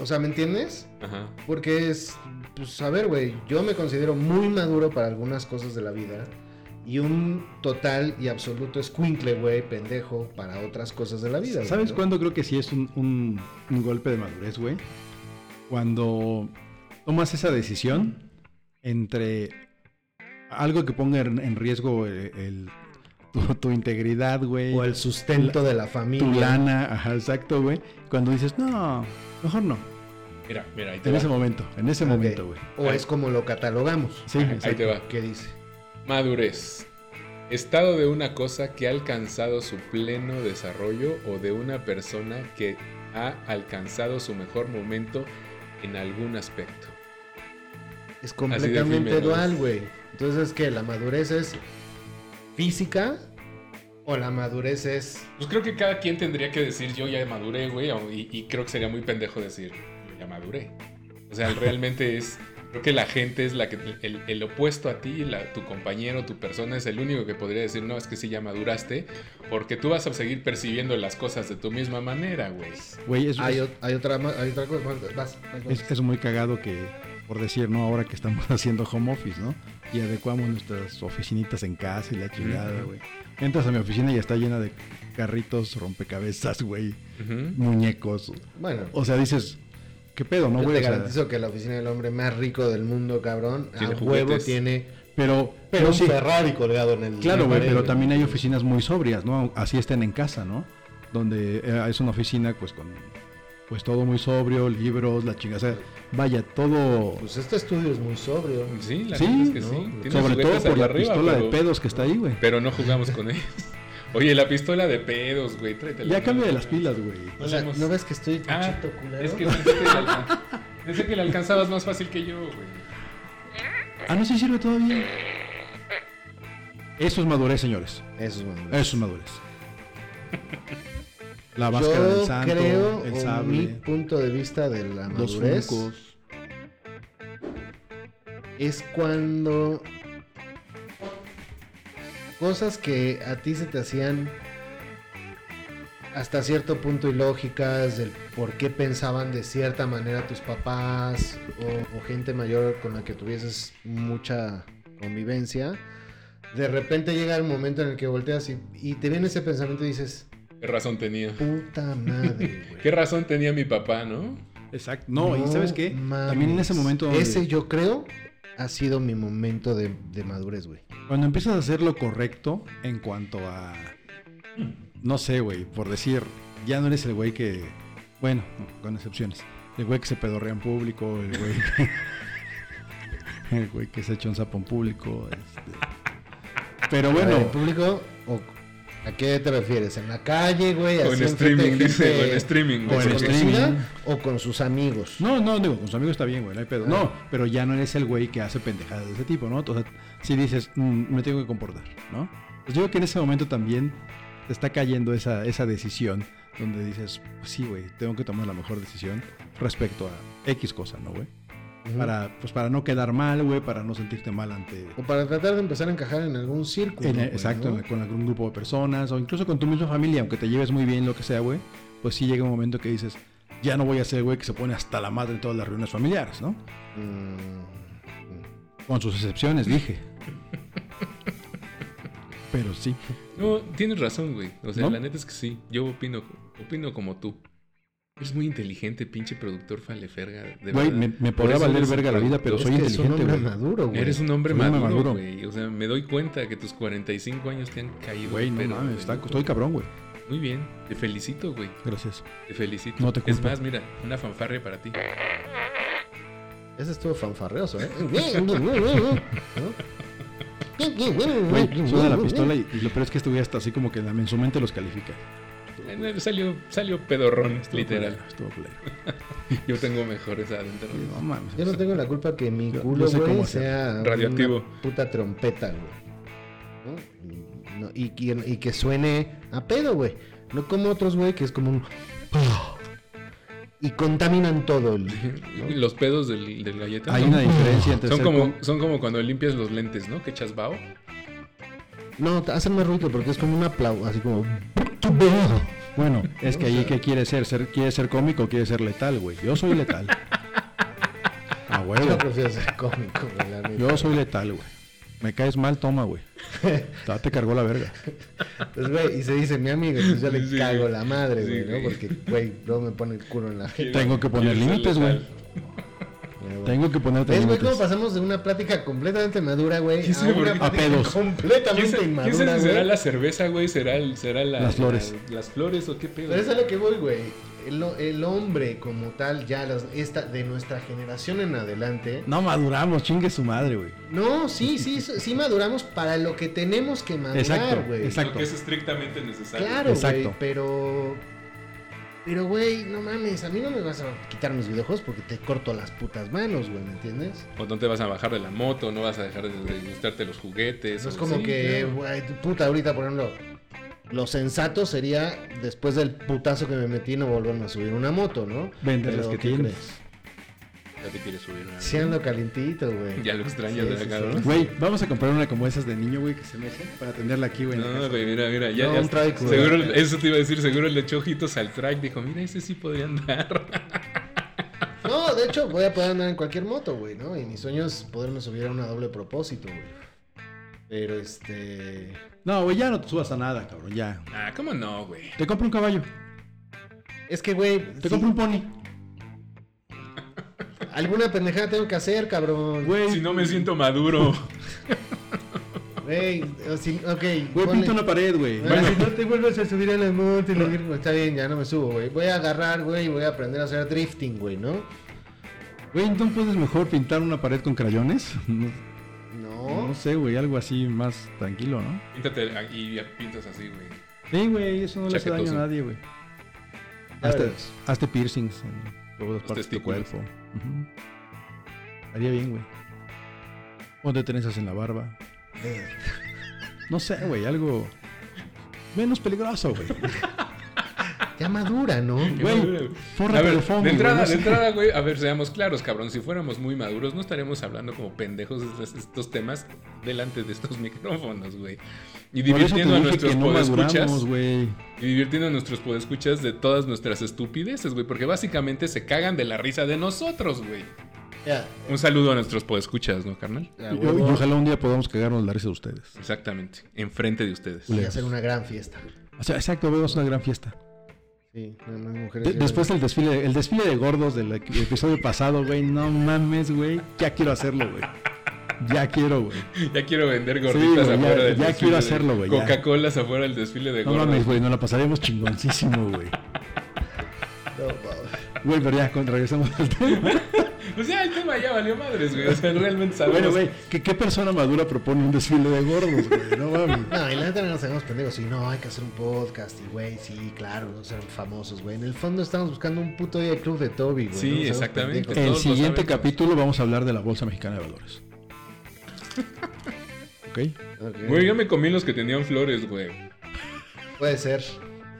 Speaker 2: O sea, ¿me entiendes?
Speaker 3: Ajá.
Speaker 2: Porque es, pues a ver, güey, yo me considero muy maduro para algunas cosas de la vida y un total y absoluto escuincle, güey, pendejo para otras cosas de la vida. güey,
Speaker 1: ¿Sabes
Speaker 2: ¿no?
Speaker 1: cuándo creo que sí es un, un- un golpe de madurez, güey? Cuando tomas esa decisión entre algo que ponga en, en riesgo el- el- tu, tu integridad, güey.
Speaker 2: O el sustento de la
Speaker 1: tu
Speaker 2: familia.
Speaker 1: lana, ajá, exacto, güey. Cuando dices, no, mejor no.
Speaker 3: Mira, mira, ahí te
Speaker 1: En
Speaker 3: va.
Speaker 1: ese momento, en ese
Speaker 2: Ok.
Speaker 1: momento, güey.
Speaker 2: O es como lo catalogamos.
Speaker 1: Sí,
Speaker 3: Ahí
Speaker 1: exacto.
Speaker 3: te va.
Speaker 2: ¿Qué dice?
Speaker 3: Madurez. Estado de una cosa que ha alcanzado su pleno desarrollo o de una persona que ha alcanzado su mejor momento en algún aspecto.
Speaker 2: Es
Speaker 3: de
Speaker 2: completamente
Speaker 3: efímero
Speaker 2: dual,
Speaker 3: es.
Speaker 2: güey. Entonces, ¿qué? ¿La madurez es física o la madurez es...
Speaker 3: Pues creo que cada quien tendría que decir yo ya maduré, güey, o- y, y creo que sería muy pendejo decir yo ya maduré. O sea, realmente es, creo que la gente es la que, el, el opuesto a ti, la- tu compañero, tu persona es el único que podría decir, no, es que sí ya maduraste, porque tú vas a seguir percibiendo las cosas de tu misma manera, güey.
Speaker 1: Güey, es,
Speaker 2: Hay,
Speaker 1: es- Este,
Speaker 2: o- hay otra, ma- hay otra cosa. Vas, vas, vas.
Speaker 1: es- es muy cagado que, por por decir, ¿no? Ahora que estamos haciendo home office, ¿no? Y adecuamos nuestras oficinitas en casa y la chingada,
Speaker 3: Ujú.
Speaker 1: güey. Entras a mi oficina y está llena de carritos, rompecabezas, güey,
Speaker 3: Ujú.
Speaker 1: muñecos.
Speaker 2: Bueno,
Speaker 1: O sea, dices, ¿qué pedo, no,
Speaker 2: yo
Speaker 1: güey?
Speaker 2: te
Speaker 1: O sea,
Speaker 2: garantizo que la oficina del hombre más rico del mundo, cabrón,
Speaker 3: Tiene
Speaker 2: a huevo
Speaker 3: juguetes.
Speaker 2: tiene
Speaker 1: pero, pero
Speaker 2: pero
Speaker 1: sí,
Speaker 2: Ferrari colgado en el.
Speaker 1: claro,
Speaker 2: en la
Speaker 1: güey,
Speaker 2: pared,
Speaker 1: pero también hay oficinas muy sobrias, ¿no? Así estén en casa, ¿no? Donde eh, es una oficina, pues, con pues todo muy sobrio, libros, la chingada. O sea, vaya, todo...
Speaker 2: Pues este estudio es muy sobrio.
Speaker 3: Sí, la
Speaker 1: Sí,
Speaker 3: neta es que
Speaker 1: ¿no?
Speaker 3: sí. Tiene
Speaker 1: Sobre todo
Speaker 3: juguetes
Speaker 1: por
Speaker 3: ahí
Speaker 1: la
Speaker 3: arriba,
Speaker 1: pistola
Speaker 3: pero-
Speaker 1: de pedos que está ahí, güey.
Speaker 3: Pero no jugamos con ellos. Oye, la pistola de pedos, güey. tráetela.
Speaker 1: Ya cambia de las pilas, güey.
Speaker 2: O sea,
Speaker 3: Hacemos-
Speaker 2: ¿no ves que estoy
Speaker 3: Ah,
Speaker 2: cachito culero?
Speaker 3: es que pensé que, la alcan- pensé que la alcanzabas más fácil que yo, güey.
Speaker 1: Ah, no se sirve todavía. Eso es madurez, señores.
Speaker 2: Eso es bueno.
Speaker 1: Eso es madurez. La
Speaker 2: Yo
Speaker 1: máscara del santo,
Speaker 2: creo,
Speaker 1: el
Speaker 2: o mi
Speaker 1: sable,
Speaker 2: punto de vista de la
Speaker 1: los
Speaker 2: madurez,
Speaker 1: funcos.
Speaker 2: es cuando cosas que a ti se te hacían hasta cierto punto ilógicas, del por qué pensaban de cierta manera tus papás o, o gente mayor con la que tuvieses mucha convivencia, de repente llega el momento en el que volteas y, y te viene ese pensamiento y dices,
Speaker 3: ¿Qué razón tenía?
Speaker 2: puta madre, güey.
Speaker 3: ¿Qué razón tenía mi papá, no?
Speaker 1: Exacto. No, y ¿sabes qué?
Speaker 2: mames.
Speaker 1: También en ese momento donde-
Speaker 2: Ese yo creo ha sido mi momento de, de madurez, güey.
Speaker 1: Cuando empiezas a hacer lo correcto en cuanto a... No sé, güey, por decir, ya no eres el güey que... Bueno, con excepciones. El güey que se pedorrea en público, el güey que... El güey que se echa un sapo en público. este. Pero
Speaker 2: A ver,
Speaker 1: bueno,
Speaker 2: público o a qué te refieres? ¿En la calle, güey?
Speaker 3: O en
Speaker 2: Así enfrente de
Speaker 3: streaming, dice.
Speaker 2: gente
Speaker 3: O en streaming, güey.
Speaker 1: o en
Speaker 2: desconocida,
Speaker 1: streaming.
Speaker 2: o con sus amigos.
Speaker 1: No, no, digo, con sus amigos está bien, güey, no hay pedo. No, pero ya no eres el güey que hace pendejadas de ese tipo, ¿no? Entonces, si dices, "Mm, me tengo que comportar, ¿no? Pues yo creo que en ese momento también te está cayendo esa, esa decisión donde dices, "Pues sí, güey, tengo que tomar la mejor decisión respecto a X cosa, ¿no, güey?
Speaker 2: Ujú.
Speaker 1: Para, pues para no quedar mal, güey, para no sentirte mal ante...
Speaker 2: O para tratar de empezar a encajar en algún círculo.
Speaker 1: en-
Speaker 2: güey,
Speaker 1: exacto,
Speaker 2: ¿no?
Speaker 1: en- con algún grupo de personas o incluso con tu misma familia, aunque te lleves muy bien, lo que sea, güey, pues sí llega un momento que dices, ya no voy a ser el güey que se pone hasta la madre en todas las reuniones familiares, ¿no?
Speaker 2: Mm,
Speaker 1: Con sus excepciones, dije. Pero sí.
Speaker 3: No, tienes razón, güey. O sea,
Speaker 1: ¿No?
Speaker 3: la neta es que sí. Yo opino, opino como tú. Eres muy inteligente, pinche productor faleferga. De
Speaker 1: Güey,
Speaker 3: verdad.
Speaker 1: me, me
Speaker 3: Por
Speaker 1: podría
Speaker 3: eso
Speaker 1: valer
Speaker 3: eres un
Speaker 1: verga la vida, pero
Speaker 3: productor.
Speaker 1: soy
Speaker 2: es que es un
Speaker 1: inteligente,
Speaker 2: hombre
Speaker 1: güey.
Speaker 2: maduro, güey.
Speaker 3: Eres un hombre
Speaker 1: Soy un hombre
Speaker 3: maduro,
Speaker 1: maduro.
Speaker 3: güey. O sea, me doy cuenta que tus 45 años te han caído.
Speaker 1: Güey,
Speaker 3: de
Speaker 1: no
Speaker 3: pedo,
Speaker 1: mames,
Speaker 3: güey.
Speaker 1: está- estoy cabrón, güey.
Speaker 3: Muy bien. Te felicito, güey.
Speaker 1: Gracias.
Speaker 3: Te felicito.
Speaker 1: No te
Speaker 3: es
Speaker 1: culpo.
Speaker 3: más, mira, una fanfarria para ti.
Speaker 2: Ese estuvo fanfarreoso, ¿eh?
Speaker 1: Güey, suena la pistola y, y lo peor es que este güey hasta así como que la- en su mente los califica.
Speaker 3: Eh, no, Salió, salió pedorrón,
Speaker 1: Estuvo
Speaker 3: literal.
Speaker 1: culero, Estuvo culero.
Speaker 3: Yo tengo mejores adentro.
Speaker 1: Oye, No mames.
Speaker 2: Yo no tengo la culpa que mi
Speaker 1: Yo- yo
Speaker 2: culo,
Speaker 1: sé
Speaker 2: güey,
Speaker 1: cómo hacer.
Speaker 2: sea una
Speaker 3: Radioactivo.
Speaker 2: puta trompeta, güey. ¿No? No, y, y- y que suene a pedo, güey. No como otros, güey, que es como un... Y contaminan todo el... ¿no?
Speaker 3: Los pedos del, del galleta
Speaker 1: Hay
Speaker 3: son,
Speaker 1: una diferencia entre
Speaker 3: son
Speaker 1: ser
Speaker 3: como,
Speaker 1: com-
Speaker 3: son como cuando limpias los lentes, ¿no? Que echas bao.
Speaker 2: No, te hacen más ruido porque es como un aplauso, así como...
Speaker 1: Bueno, es que ahí, ¿qué quiere ser? ser? ¿Quiere ser cómico o quiere ser letal, güey? Yo soy letal. A huevo.
Speaker 2: Yo prefiero ser cómico, güey, la neta.
Speaker 1: Yo soy letal, güey. Me caes mal, toma, güey. Ya Te cargó la verga.
Speaker 2: Pues, güey, y se dice mi amigo, entonces yo le
Speaker 3: Sí,
Speaker 2: cago
Speaker 3: güey.
Speaker 2: la madre,
Speaker 3: Sí,
Speaker 2: güey, ¿no?
Speaker 3: güey.
Speaker 2: Porque, güey, no me pone el culo en la gente.
Speaker 1: Tengo que poner
Speaker 3: Quieres ser
Speaker 1: límites, güey.
Speaker 3: letal.
Speaker 1: Tengo que ponerte
Speaker 2: ¿Ves, güey,
Speaker 1: límites.
Speaker 2: cómo pasamos de una plática completamente madura, güey,
Speaker 3: Sí, sí,
Speaker 2: a una
Speaker 3: porque-
Speaker 2: plática
Speaker 1: A pedos.
Speaker 3: ¿Quién
Speaker 2: completamente
Speaker 3: sa- quién
Speaker 2: inmadura,
Speaker 3: sabe si será
Speaker 2: güey?
Speaker 3: la cerveza, güey? ¿Será, el- será la-
Speaker 1: Las flores.
Speaker 3: la- ¿Las flores o qué pedo?
Speaker 2: Pero es a lo que voy, güey. El, ho- el hombre como tal, ya las- esta, de nuestra generación en adelante...
Speaker 1: No maduramos, chingue su madre, güey.
Speaker 2: No, sí, sí, sí, sí maduramos para lo que tenemos que madurar,
Speaker 1: Exacto,
Speaker 2: güey.
Speaker 1: exacto.
Speaker 3: Lo que es estrictamente necesario.
Speaker 2: Claro,
Speaker 1: Exacto.
Speaker 2: güey, pero... Pero, güey, no mames, a mí no me vas a quitar mis videojuegos porque te corto las putas manos, güey, ¿me entiendes?
Speaker 3: O Pues no te vas a bajar de la moto, no vas a dejar de de gustarte los juguetes.
Speaker 2: Eso es
Speaker 3: o-
Speaker 2: como
Speaker 3: sí,
Speaker 2: que,
Speaker 3: claro.
Speaker 2: güey, puta, ahorita, por ejemplo, lo sensato sería, después del putazo que me metí, no volverme a subir una moto, ¿no?
Speaker 1: Vender
Speaker 2: Pero,
Speaker 1: las que
Speaker 2: ¿qué
Speaker 1: tienes.
Speaker 2: crees?
Speaker 3: Ya te quieres subir. ¿no?
Speaker 2: Sí ando calientito, güey.
Speaker 3: Ya lo extrañas,
Speaker 2: Sí,
Speaker 3: ¿verdad,
Speaker 2: sí,
Speaker 3: cabrón?
Speaker 2: sí.
Speaker 1: Pues Güey, vamos a comprar una como esas de niño, güey, que se mece para tenerla aquí, güey. en la
Speaker 3: No,
Speaker 1: casa.
Speaker 3: güey, mira, mira. Ya,
Speaker 2: No,
Speaker 3: ya-
Speaker 2: un track, güey.
Speaker 3: seguro, eso te iba a decir, seguro le echó ojitos al track. Dijo, mira, ese sí podría andar.
Speaker 2: No, de de hecho, voy a poder andar en cualquier moto, güey, ¿no? Y mi sueño es poderme subir a una doble propósito, güey. Pero este.
Speaker 1: No, güey, ya no te subas a nada, cabrón, ya.
Speaker 3: Ah, ¿cómo no, güey?
Speaker 1: Te compro un caballo,
Speaker 2: Es que, güey,
Speaker 1: te
Speaker 2: sí,
Speaker 1: compro un pony.
Speaker 2: alguna pendejada tengo que hacer, cabrón.
Speaker 1: Güey,
Speaker 3: Si no me siento maduro.
Speaker 2: Güey, o si- ok.
Speaker 1: güey,
Speaker 2: ponle-
Speaker 1: pinta una pared, güey.
Speaker 2: Ah, Si no te vuelves a subir a la moto, y lo mismo, está bien, ya no me subo, güey. Voy a agarrar, güey, y voy a aprender a hacer drifting, güey, ¿no?
Speaker 1: Güey, ¿no puedes mejor pintar una pared con crayones? No,
Speaker 2: No.
Speaker 1: no sé, güey, algo así más tranquilo, ¿no?
Speaker 3: Píntate a- y ya pintas así, güey.
Speaker 1: Sí, güey, eso no le hace daño a
Speaker 3: Chaquetoso.
Speaker 1: nadie, güey.
Speaker 2: Ya
Speaker 1: Hazte,
Speaker 2: verás.
Speaker 1: hazte piercings en todas
Speaker 3: Los
Speaker 1: partes de tu
Speaker 3: testículos.
Speaker 1: cuerpo. Ujú. Haría bien, güey. Ponte trenzas en la barba. No sé, güey, algo menos peligroso, güey.
Speaker 2: Ya madura, ¿no?
Speaker 1: Güey,
Speaker 3: A
Speaker 1: fórrate
Speaker 3: ver,
Speaker 1: de foamy,
Speaker 3: de
Speaker 1: güey,
Speaker 3: entrada,
Speaker 1: no
Speaker 3: de
Speaker 1: sé.
Speaker 3: entrada, güey, a ver, seamos claros, cabrón. Si fuéramos muy maduros, no estaríamos hablando como pendejos estos, estos temas delante de estos micrófonos, güey. Y
Speaker 1: Por eso te
Speaker 3: divirtiendo a
Speaker 1: dije
Speaker 3: nuestros
Speaker 1: que no maduramos,
Speaker 3: podescuchas.
Speaker 1: güey.
Speaker 3: Y divirtiendo a nuestros podescuchas de todas nuestras estupideces, güey. Porque básicamente se cagan de la risa de nosotros, güey.
Speaker 2: Ya.
Speaker 3: Un saludo a nuestros podescuchas, ¿no, carnal?
Speaker 2: ya,
Speaker 1: Y-
Speaker 2: güey,
Speaker 1: y Ojalá un día podamos cagarnos la risa de ustedes.
Speaker 3: Exactamente. Enfrente de ustedes.
Speaker 2: Voy a hacer una gran fiesta.
Speaker 1: O sea, exacto, vemos una gran fiesta.
Speaker 2: Sí, nada más mujeres.
Speaker 1: De-
Speaker 2: y
Speaker 1: después del desfile, el desfile de gordos del equ- episodio pasado, güey, no mames, güey. Ya quiero hacerlo, güey. Ya quiero, güey.
Speaker 3: Ya quiero vender gorditas
Speaker 1: Sí, güey, ya-
Speaker 3: afuera del
Speaker 1: ya
Speaker 3: desfile
Speaker 1: quiero
Speaker 3: de-
Speaker 1: hacerlo, güey, ya.
Speaker 3: Coca-Colas afuera del desfile de
Speaker 1: No
Speaker 3: gordos.
Speaker 1: mames, güey, nos la pasaremos chingoncísimo, güey.
Speaker 2: No, wow.
Speaker 1: Güey, pero ya, con- regresamos al tema.
Speaker 3: O sea, el tema Pues ya valió madres, güey. O sea, realmente sabemos.
Speaker 1: Bueno, güey, ¿qué, qué persona madura propone un desfile de gordos, güey? No mames.
Speaker 2: No, y la neta no nos hagamos pendejos. Y no, hay que hacer un podcast. Y güey, sí, claro, no ser famosos, güey. En el fondo estamos buscando un puto día de club de Toby, güey.
Speaker 3: Sí,
Speaker 2: no nos hagamos
Speaker 3: exactamente.
Speaker 2: pendejos.
Speaker 1: El
Speaker 3: Todos lo
Speaker 1: siguiente
Speaker 3: sabemos.
Speaker 1: capítulo vamos a hablar de la Bolsa Mexicana de Valores. ¿Ok?
Speaker 2: Ok.
Speaker 3: Güey, yo me comí los que tenían flores, güey.
Speaker 2: Puede ser,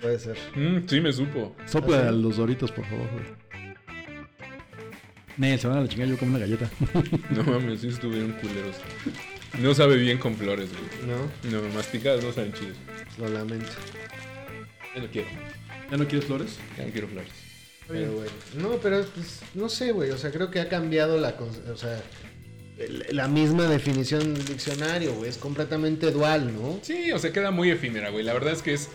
Speaker 2: puede ser.
Speaker 3: Mm, sí, me supo.
Speaker 1: Sopla a los doritos, por favor, güey. Nel, se van a la chingada yo como una galleta.
Speaker 3: No mames, sí estuvieron culeros. No sabe bien con flores, güey.
Speaker 2: No,
Speaker 3: No, masticadas no saben chidos.
Speaker 2: lo lamento.
Speaker 3: Ya no quiero.
Speaker 1: ¿Ya no quieres flores?
Speaker 3: Ya no quiero flores.
Speaker 2: Pero, güey, no, pero pues, no sé, güey. O sea, creo que ha cambiado la. cons- O sea, el- la misma definición del diccionario, güey. Es completamente dual, ¿no?
Speaker 3: Sí, o sea, queda muy efímera, güey. La verdad es que es.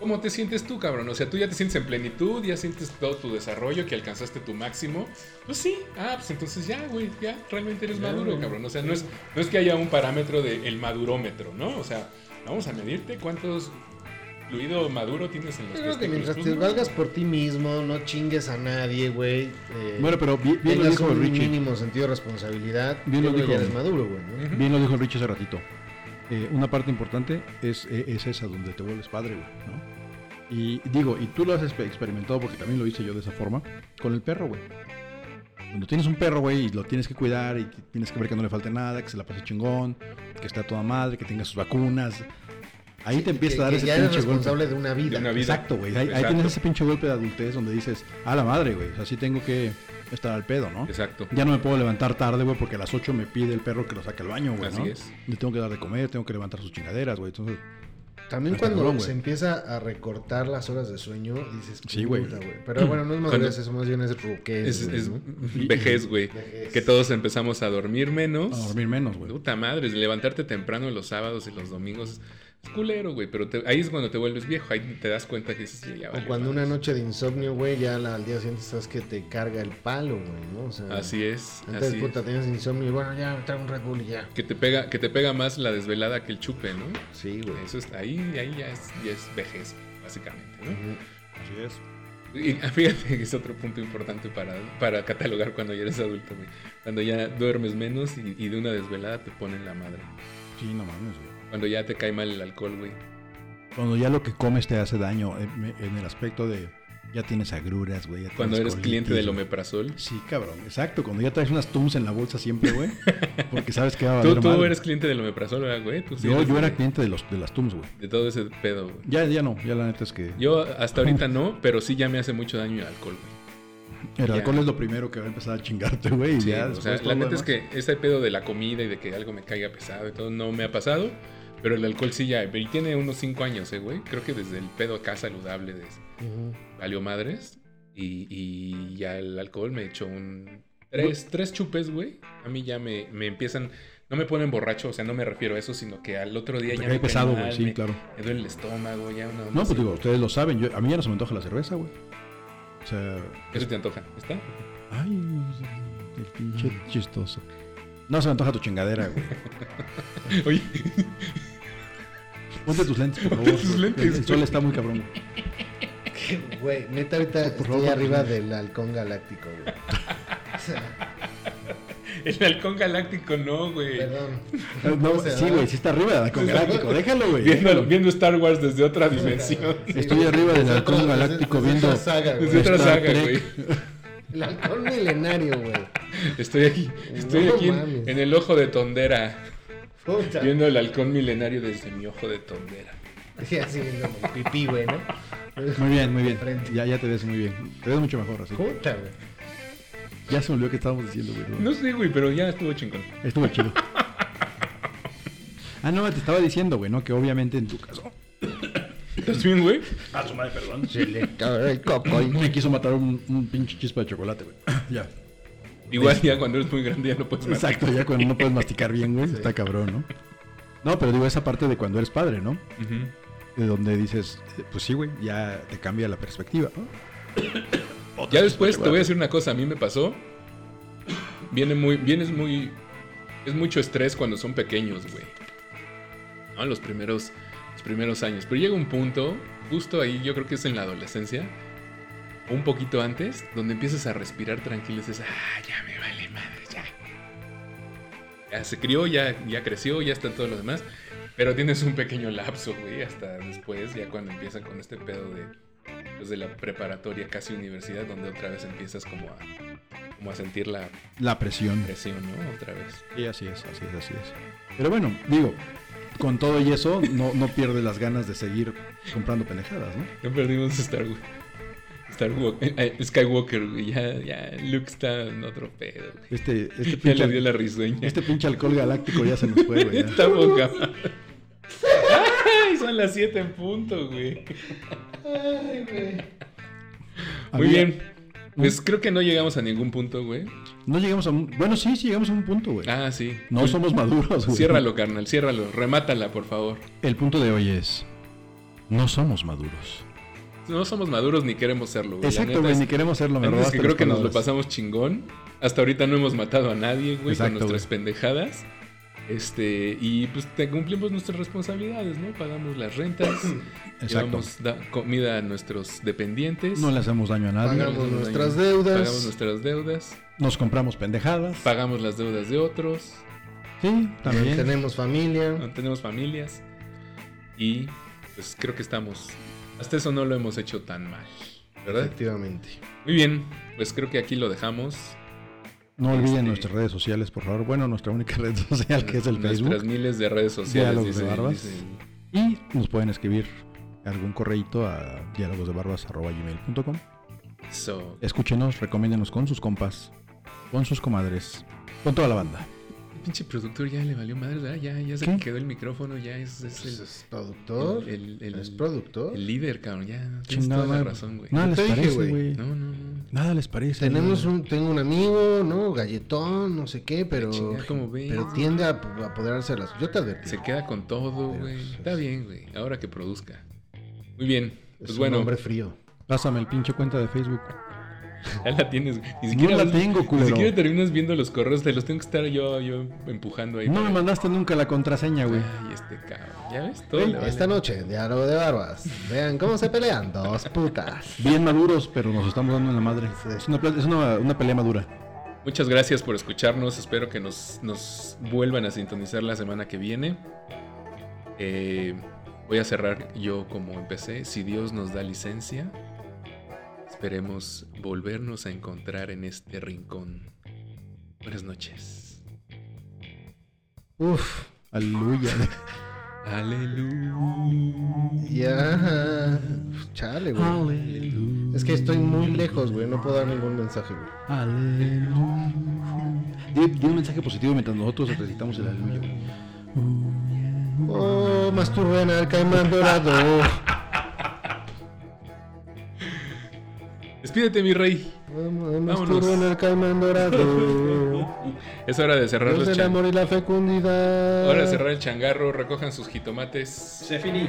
Speaker 3: ¿Cómo te sientes tú, cabrón? O sea, tú ya te sientes en plenitud, ya sientes todo tu desarrollo, que alcanzaste tu máximo. Pues sí, ah, pues entonces ya, güey, ya realmente eres maduro, cabrón. O sea, no es, no es que haya un parámetro del madurómetro, ¿no? O sea, vamos a medirte cuántos fluido maduro tienes en los
Speaker 2: Yo creo que
Speaker 3: testículos.
Speaker 2: mientras
Speaker 3: Pues
Speaker 2: te
Speaker 3: no.
Speaker 2: valgas por ti mismo, no chingues a nadie, güey. eh,
Speaker 1: Bueno, pero bien, bien lo
Speaker 2: tengas
Speaker 1: dijo
Speaker 2: un
Speaker 1: Richie.
Speaker 2: mínimo sentido de responsabilidad.
Speaker 1: Bien
Speaker 2: yo
Speaker 1: lo
Speaker 2: creo que
Speaker 1: dijo.
Speaker 2: ya eres maduro, güey, ¿no?
Speaker 1: Bien lo dijo el Richie hace ratito. Eh, una parte importante es, eh, es esa, donde te vuelves padre, güey, ¿no? Y digo, y tú lo has exper- experimentado porque también lo hice yo de esa forma, con el perro, güey. Cuando tienes un perro, güey, y lo tienes que cuidar y t- tienes que ver que no le falte nada, que se la pase chingón, que esté a toda madre, que tenga sus vacunas. Ahí te empieza
Speaker 2: Que-
Speaker 1: a dar
Speaker 2: que
Speaker 1: ese
Speaker 2: ya eres
Speaker 1: pinche golpe.
Speaker 2: responsable de una vida.
Speaker 3: De una vida.
Speaker 1: Exacto, güey. Ahí, ahí
Speaker 3: Exacto.
Speaker 1: tienes ese pinche golpe de adultez donde dices, a la madre, güey. Así tengo que estar al pedo, ¿no?
Speaker 3: Exacto.
Speaker 1: Ya no me puedo levantar tarde, güey, porque a las 8 me pide el perro que lo saque al baño, güey.
Speaker 3: Así
Speaker 1: ¿no?
Speaker 3: es.
Speaker 1: Le tengo que dar de comer, tengo que levantar sus chingaderas, güey. Entonces,
Speaker 2: También
Speaker 1: Está
Speaker 2: cuando
Speaker 1: cabrón,
Speaker 2: se
Speaker 1: güey.
Speaker 2: empieza a recortar las horas de sueño, dices,
Speaker 1: Sí, güey.
Speaker 2: "Puta, Pero bueno, no es madurez, eso más bien es ruquez.
Speaker 3: Es,
Speaker 2: güey,
Speaker 3: es
Speaker 2: ¿no?
Speaker 3: vejez, güey.
Speaker 2: Vejez.
Speaker 3: Que todos empezamos a dormir menos.
Speaker 1: a dormir menos, güey.
Speaker 3: Pues, Puta madre, levantarte temprano los sábados y los domingos es culero, güey. Pero te- ahí es cuando te vuelves viejo, ahí te das cuenta que dices, "Sí, ya
Speaker 2: O
Speaker 3: vale,
Speaker 2: cuando
Speaker 3: madre".
Speaker 2: una noche de insomnio, güey, ya la- al día siguiente estás que te carga el palo, güey, ¿no? O sea,
Speaker 3: Así es,
Speaker 2: Antes,
Speaker 3: así
Speaker 2: puta,
Speaker 3: es.
Speaker 2: tenías insomnio y bueno, ya, trae un Red Bull y ya.
Speaker 3: Que te, pega, que te pega más la desvelada que el chupe, ¿no?
Speaker 2: Sí, güey.
Speaker 3: Eso está ahí, ahí ya es, ya es vejez, básicamente, ¿no?
Speaker 2: Ujú.
Speaker 1: Así es.
Speaker 3: Y fíjate que es otro punto importante para, para catalogar cuando ya eres adulto, güey. Cuando ya duermes menos y, y de una desvelada te ponen la madre.
Speaker 1: Sí, no mames, güey.
Speaker 3: Cuando ya te cae mal el alcohol, güey.
Speaker 1: Cuando ya lo que comes te hace daño eh, me- en el aspecto de ya tienes agruras, güey. ya tienes
Speaker 3: Cuando eres
Speaker 1: colitis,
Speaker 3: cliente del
Speaker 1: güey.
Speaker 3: omeprazol.
Speaker 1: Sí, cabrón, exacto. Cuando ya traes unas tums en la bolsa siempre, güey. Porque sabes que va a
Speaker 3: Tú,
Speaker 1: valer
Speaker 3: tú
Speaker 1: madre.
Speaker 3: eres cliente del omeprazol, ¿verdad, güey. Tú sí
Speaker 1: yo,
Speaker 3: eres
Speaker 1: yo era
Speaker 3: de-
Speaker 1: cliente de, los, de las tums, güey.
Speaker 3: de todo ese pedo, güey.
Speaker 1: Ya, ya no, ya la neta es que
Speaker 3: Yo hasta ahorita no, pero sí ya me hace mucho daño el alcohol, güey.
Speaker 1: el
Speaker 3: ya.
Speaker 1: alcohol es lo primero que va a empezar a chingarte, güey. y
Speaker 3: Sí,
Speaker 1: ya
Speaker 3: o sea,
Speaker 1: después todo
Speaker 3: la
Speaker 1: lo
Speaker 3: neta es
Speaker 1: demás.
Speaker 3: que ese pedo de la comida y de que algo me caiga pesado y todo no me ha pasado, pero el alcohol sí ya. Y tiene unos 5 años, eh, güey. Creo que desde el pedo acá saludable de
Speaker 2: Ujú.
Speaker 3: Valió Madres. Y, y ya el alcohol me echó un... Tres, tres chupes, güey. A mí ya me, me empiezan... No me ponen borracho, o sea, no me refiero a eso, sino que al otro día
Speaker 1: Te
Speaker 3: ya
Speaker 1: cae
Speaker 3: me cae
Speaker 1: pesado,
Speaker 3: mal,
Speaker 1: güey, sí,
Speaker 3: me-
Speaker 1: claro.
Speaker 3: Me duele el estómago, ya no...
Speaker 1: No, pues
Speaker 3: sé.
Speaker 1: digo, ustedes lo saben. yo- a mí ya no se me antoja la cerveza, güey. O sea,
Speaker 3: Eso te antoja, ¿está?
Speaker 1: ay, no sé, el pinche chistoso. No se me antoja tu chingadera, güey.
Speaker 3: Oye,
Speaker 1: Ponte tus lentes, por favor.
Speaker 3: Ponte tus
Speaker 1: güey.
Speaker 3: lentes,
Speaker 1: El sol está muy cabrón, güey.
Speaker 2: Güey, neta, ahorita
Speaker 1: Por
Speaker 2: estoy
Speaker 1: favor,
Speaker 2: arriba
Speaker 1: güey.
Speaker 2: del halcón galáctico, güey. O sea,
Speaker 3: el halcón galáctico no, güey.
Speaker 2: Perdón.
Speaker 1: No,
Speaker 2: O sea,
Speaker 1: sí, güey, sí está arriba del halcón galáctico. Déjalo, güey.
Speaker 3: Viendo, viendo Star Wars desde otra dimensión.
Speaker 2: Sí,
Speaker 1: Estoy
Speaker 2: güey.
Speaker 1: arriba del
Speaker 2: Desde
Speaker 1: halcón
Speaker 2: otra-
Speaker 1: galáctico
Speaker 2: desde- desde
Speaker 1: viendo-
Speaker 2: otra saga, güey.
Speaker 3: Desde otra
Speaker 1: Star
Speaker 3: saga, güey.
Speaker 1: Trek.
Speaker 2: El halcón milenario, güey.
Speaker 3: Estoy aquí, estoy
Speaker 2: No
Speaker 3: aquí en,
Speaker 2: mames.
Speaker 3: en el ojo de tondera,
Speaker 2: Puta.
Speaker 3: viendo el halcón milenario desde mi ojo de tondera.
Speaker 2: Sí, así viendo el pipí, güey, ¿no?
Speaker 1: Muy bien, muy bien.
Speaker 2: Frente.
Speaker 1: Ya, ya te ves muy bien. Te ves mucho mejor así.
Speaker 2: Puta, güey.
Speaker 1: Ya se me olvidó que estábamos diciendo, güey.
Speaker 3: No sé, güey, pero ya estuvo chingón.
Speaker 1: Estuvo chido. Ah, no, te estaba diciendo, güey, ¿no? Que obviamente en tu caso.
Speaker 3: ¿Estás bien, güey?
Speaker 1: Ah, su madre, perdón.
Speaker 2: Se le cae el coco.
Speaker 1: Me quiso matar un, un pinche chispa de chocolate, güey. ya.
Speaker 3: Igual ya cuando eres muy grande ya no puedes más.
Speaker 1: Exacto, ya cuando no puedes masticar bien, güey. Está cabrón, ¿no? No, pero digo, esa parte de cuando eres padre, ¿no?
Speaker 3: Ujú.
Speaker 1: De donde dices, eh, pues sí, güey, ya te cambia la perspectiva, ¿no?
Speaker 3: Ya después te voy a decir una cosa, a mí me pasó. Viene muy, vienes muy, es mucho estrés cuando son pequeños, güey. ¿No? Los primeros, los primeros años. Pero llega un punto, justo ahí, yo creo que es en la adolescencia, o un poquito antes, donde empiezas a respirar tranquilo y dices, ah, ya me vale madre, ya. Ya se crió, ya, ya creció, ya está todo lo demás. Pero tienes un pequeño lapso, güey, hasta después, ya cuando empiezan con este pedo de los pues, de la preparatoria, casi universidad, donde otra vez empiezas como a, como a sentir la
Speaker 1: La presión.
Speaker 3: presión, ¿no? Otra vez.
Speaker 1: Sí, así es, así es, así es. Pero bueno, digo, con todo y eso, no, no pierdes las ganas de seguir comprando pendejadas, ¿no?
Speaker 3: No perdimos Star Wars. Star Wa- eh, eh, Skywalker, güey. Ya, ya, Luke está en otro pedo, güey.
Speaker 1: Este, este
Speaker 3: Ya le dio
Speaker 1: pinche,
Speaker 3: la risueña.
Speaker 1: este pinche alcohol galáctico ya se nos fue, güey. ya.
Speaker 3: Está poca madre. Ay, son las 7 en punto, güey.
Speaker 2: Ay, güey.
Speaker 3: Muy
Speaker 1: Había-
Speaker 3: bien. Pues creo que no llegamos a ningún punto, güey.
Speaker 1: No llegamos a un... Bueno, sí, sí llegamos a un punto, güey.
Speaker 3: Ah, sí.
Speaker 1: No somos maduros, güey.
Speaker 3: Ciérralo, carnal, ciérralo. Remátala, por favor.
Speaker 1: El punto de hoy es... No somos maduros.
Speaker 3: No somos maduros ni queremos serlo, güey. La
Speaker 1: Exacto,
Speaker 3: neta
Speaker 1: güey,
Speaker 3: es-
Speaker 1: ni queremos serlo, me
Speaker 3: Antes
Speaker 1: robaste
Speaker 3: que creo
Speaker 1: las
Speaker 3: que nos lo
Speaker 1: palabras.
Speaker 3: pasamos chingón. Hasta ahorita no hemos matado a nadie, güey, con
Speaker 1: Exacto,
Speaker 3: nuestras pendejadas. Este, y pues te cumplimos nuestras responsabilidades, ¿no? Pagamos las rentas,
Speaker 1: Exacto.
Speaker 3: llevamos da- comida a nuestros dependientes,
Speaker 1: No le hacemos daño a nadie.
Speaker 2: Pagamos
Speaker 3: Pagamos
Speaker 2: nuestras
Speaker 3: daño.
Speaker 2: deudas.
Speaker 3: pagamos nuestras deudas,
Speaker 1: Nos compramos pendejadas.
Speaker 3: pagamos las deudas de otros,
Speaker 1: Sí,
Speaker 3: Este,
Speaker 1: también. Ah,
Speaker 2: Tenemos familia.
Speaker 3: no tenemos familias y pues creo que estamos, hasta eso no lo hemos hecho tan mal, ¿verdad?
Speaker 2: Efectivamente.
Speaker 3: Muy bien, pues creo que aquí lo dejamos.
Speaker 1: No olviden
Speaker 3: Este-
Speaker 1: nuestras redes sociales, por favor. Bueno, nuestra única red social que es el
Speaker 3: Nuestras
Speaker 1: Facebook.
Speaker 3: miles de redes sociales,
Speaker 1: Diálogos de
Speaker 3: dice-
Speaker 1: Barbas.
Speaker 3: dice-
Speaker 1: Y nos pueden escribir algún correíto a diálogosdebarbas.com.
Speaker 3: So,
Speaker 1: Escúchenos, recomiéndenos con sus compas, con sus comadres, con toda la banda.
Speaker 3: el pinche productor ya le valió madre, ¿verdad? Ya, ya se
Speaker 1: ¿Qué?
Speaker 3: quedó el micrófono, ya es, es
Speaker 2: Pues
Speaker 3: el,
Speaker 2: es productor.
Speaker 3: el- el-
Speaker 2: es productor.
Speaker 3: el líder, cabrón. Ya tienes
Speaker 1: Chingada
Speaker 3: toda la
Speaker 1: madre.
Speaker 3: razón, güey.
Speaker 1: Nada
Speaker 2: Yo
Speaker 1: les
Speaker 2: te dije,
Speaker 1: parece,
Speaker 2: güey.
Speaker 1: güey.
Speaker 3: No, no, no.
Speaker 1: Nada les parece.
Speaker 2: Tenemos
Speaker 1: güey.
Speaker 2: un, Ah, tengo un amigo, ¿no? Galletón, no sé qué, pero.
Speaker 3: Chinga, ¿cómo ves?
Speaker 2: Pero tiende a ap- a apoderarse de las. Yo te advertí.
Speaker 3: Se queda con todo, güey. Está bien, güey. Ahora que produzca. Muy bien.
Speaker 2: es
Speaker 3: Pues
Speaker 2: un
Speaker 3: bueno,
Speaker 2: hombre frío.
Speaker 1: Pásame el pinche cuenta de Facebook.
Speaker 3: ya la tienes, güey. Ni siquiera,
Speaker 1: no la
Speaker 3: ves-
Speaker 1: tengo,
Speaker 3: ni
Speaker 1: culero.
Speaker 3: siquiera terminas viendo los correos, te los tengo que estar yo, yo empujando ahí.
Speaker 1: No
Speaker 3: para-
Speaker 1: me mandaste nunca la contraseña, güey.
Speaker 3: Ay, este cabrón. ¿Ya ves? Todo le vale.
Speaker 2: Esta noche, diálogo de barbas. Vean cómo se pelean dos putas.
Speaker 1: Bien maduros, pero nos estamos dando en la madre. Es una, pla- es una- una pelea madura.
Speaker 3: Muchas gracias por escucharnos. Espero que nos, nos vuelvan a sintonizar la semana que viene. Eh, voy a cerrar yo como empecé. Si Dios nos da licencia, esperemos volvernos a encontrar en este rincón. Buenas noches.
Speaker 2: Uf.
Speaker 1: Aleluya.
Speaker 3: Aleluya.
Speaker 2: Ya. Chale, güey.
Speaker 1: Aleluya.
Speaker 2: Es que estoy muy lejos, güey. No puedo dar ningún mensaje, güey.
Speaker 1: Aleluya. Di, di un mensaje positivo mientras nosotros recitamos el aleluya. güey.
Speaker 2: Oh, masturben al caimán dorado.
Speaker 3: Despídete, mi rey.
Speaker 2: Me
Speaker 3: Vámonos.
Speaker 2: masturbo en el caimán dorado.
Speaker 3: Es hora de cerrar
Speaker 2: Dios
Speaker 3: los
Speaker 2: del
Speaker 3: chan-
Speaker 2: amor y la fecundidad.
Speaker 3: Hora de cerrar el changarro, recojan sus jitomates.
Speaker 1: Se finí.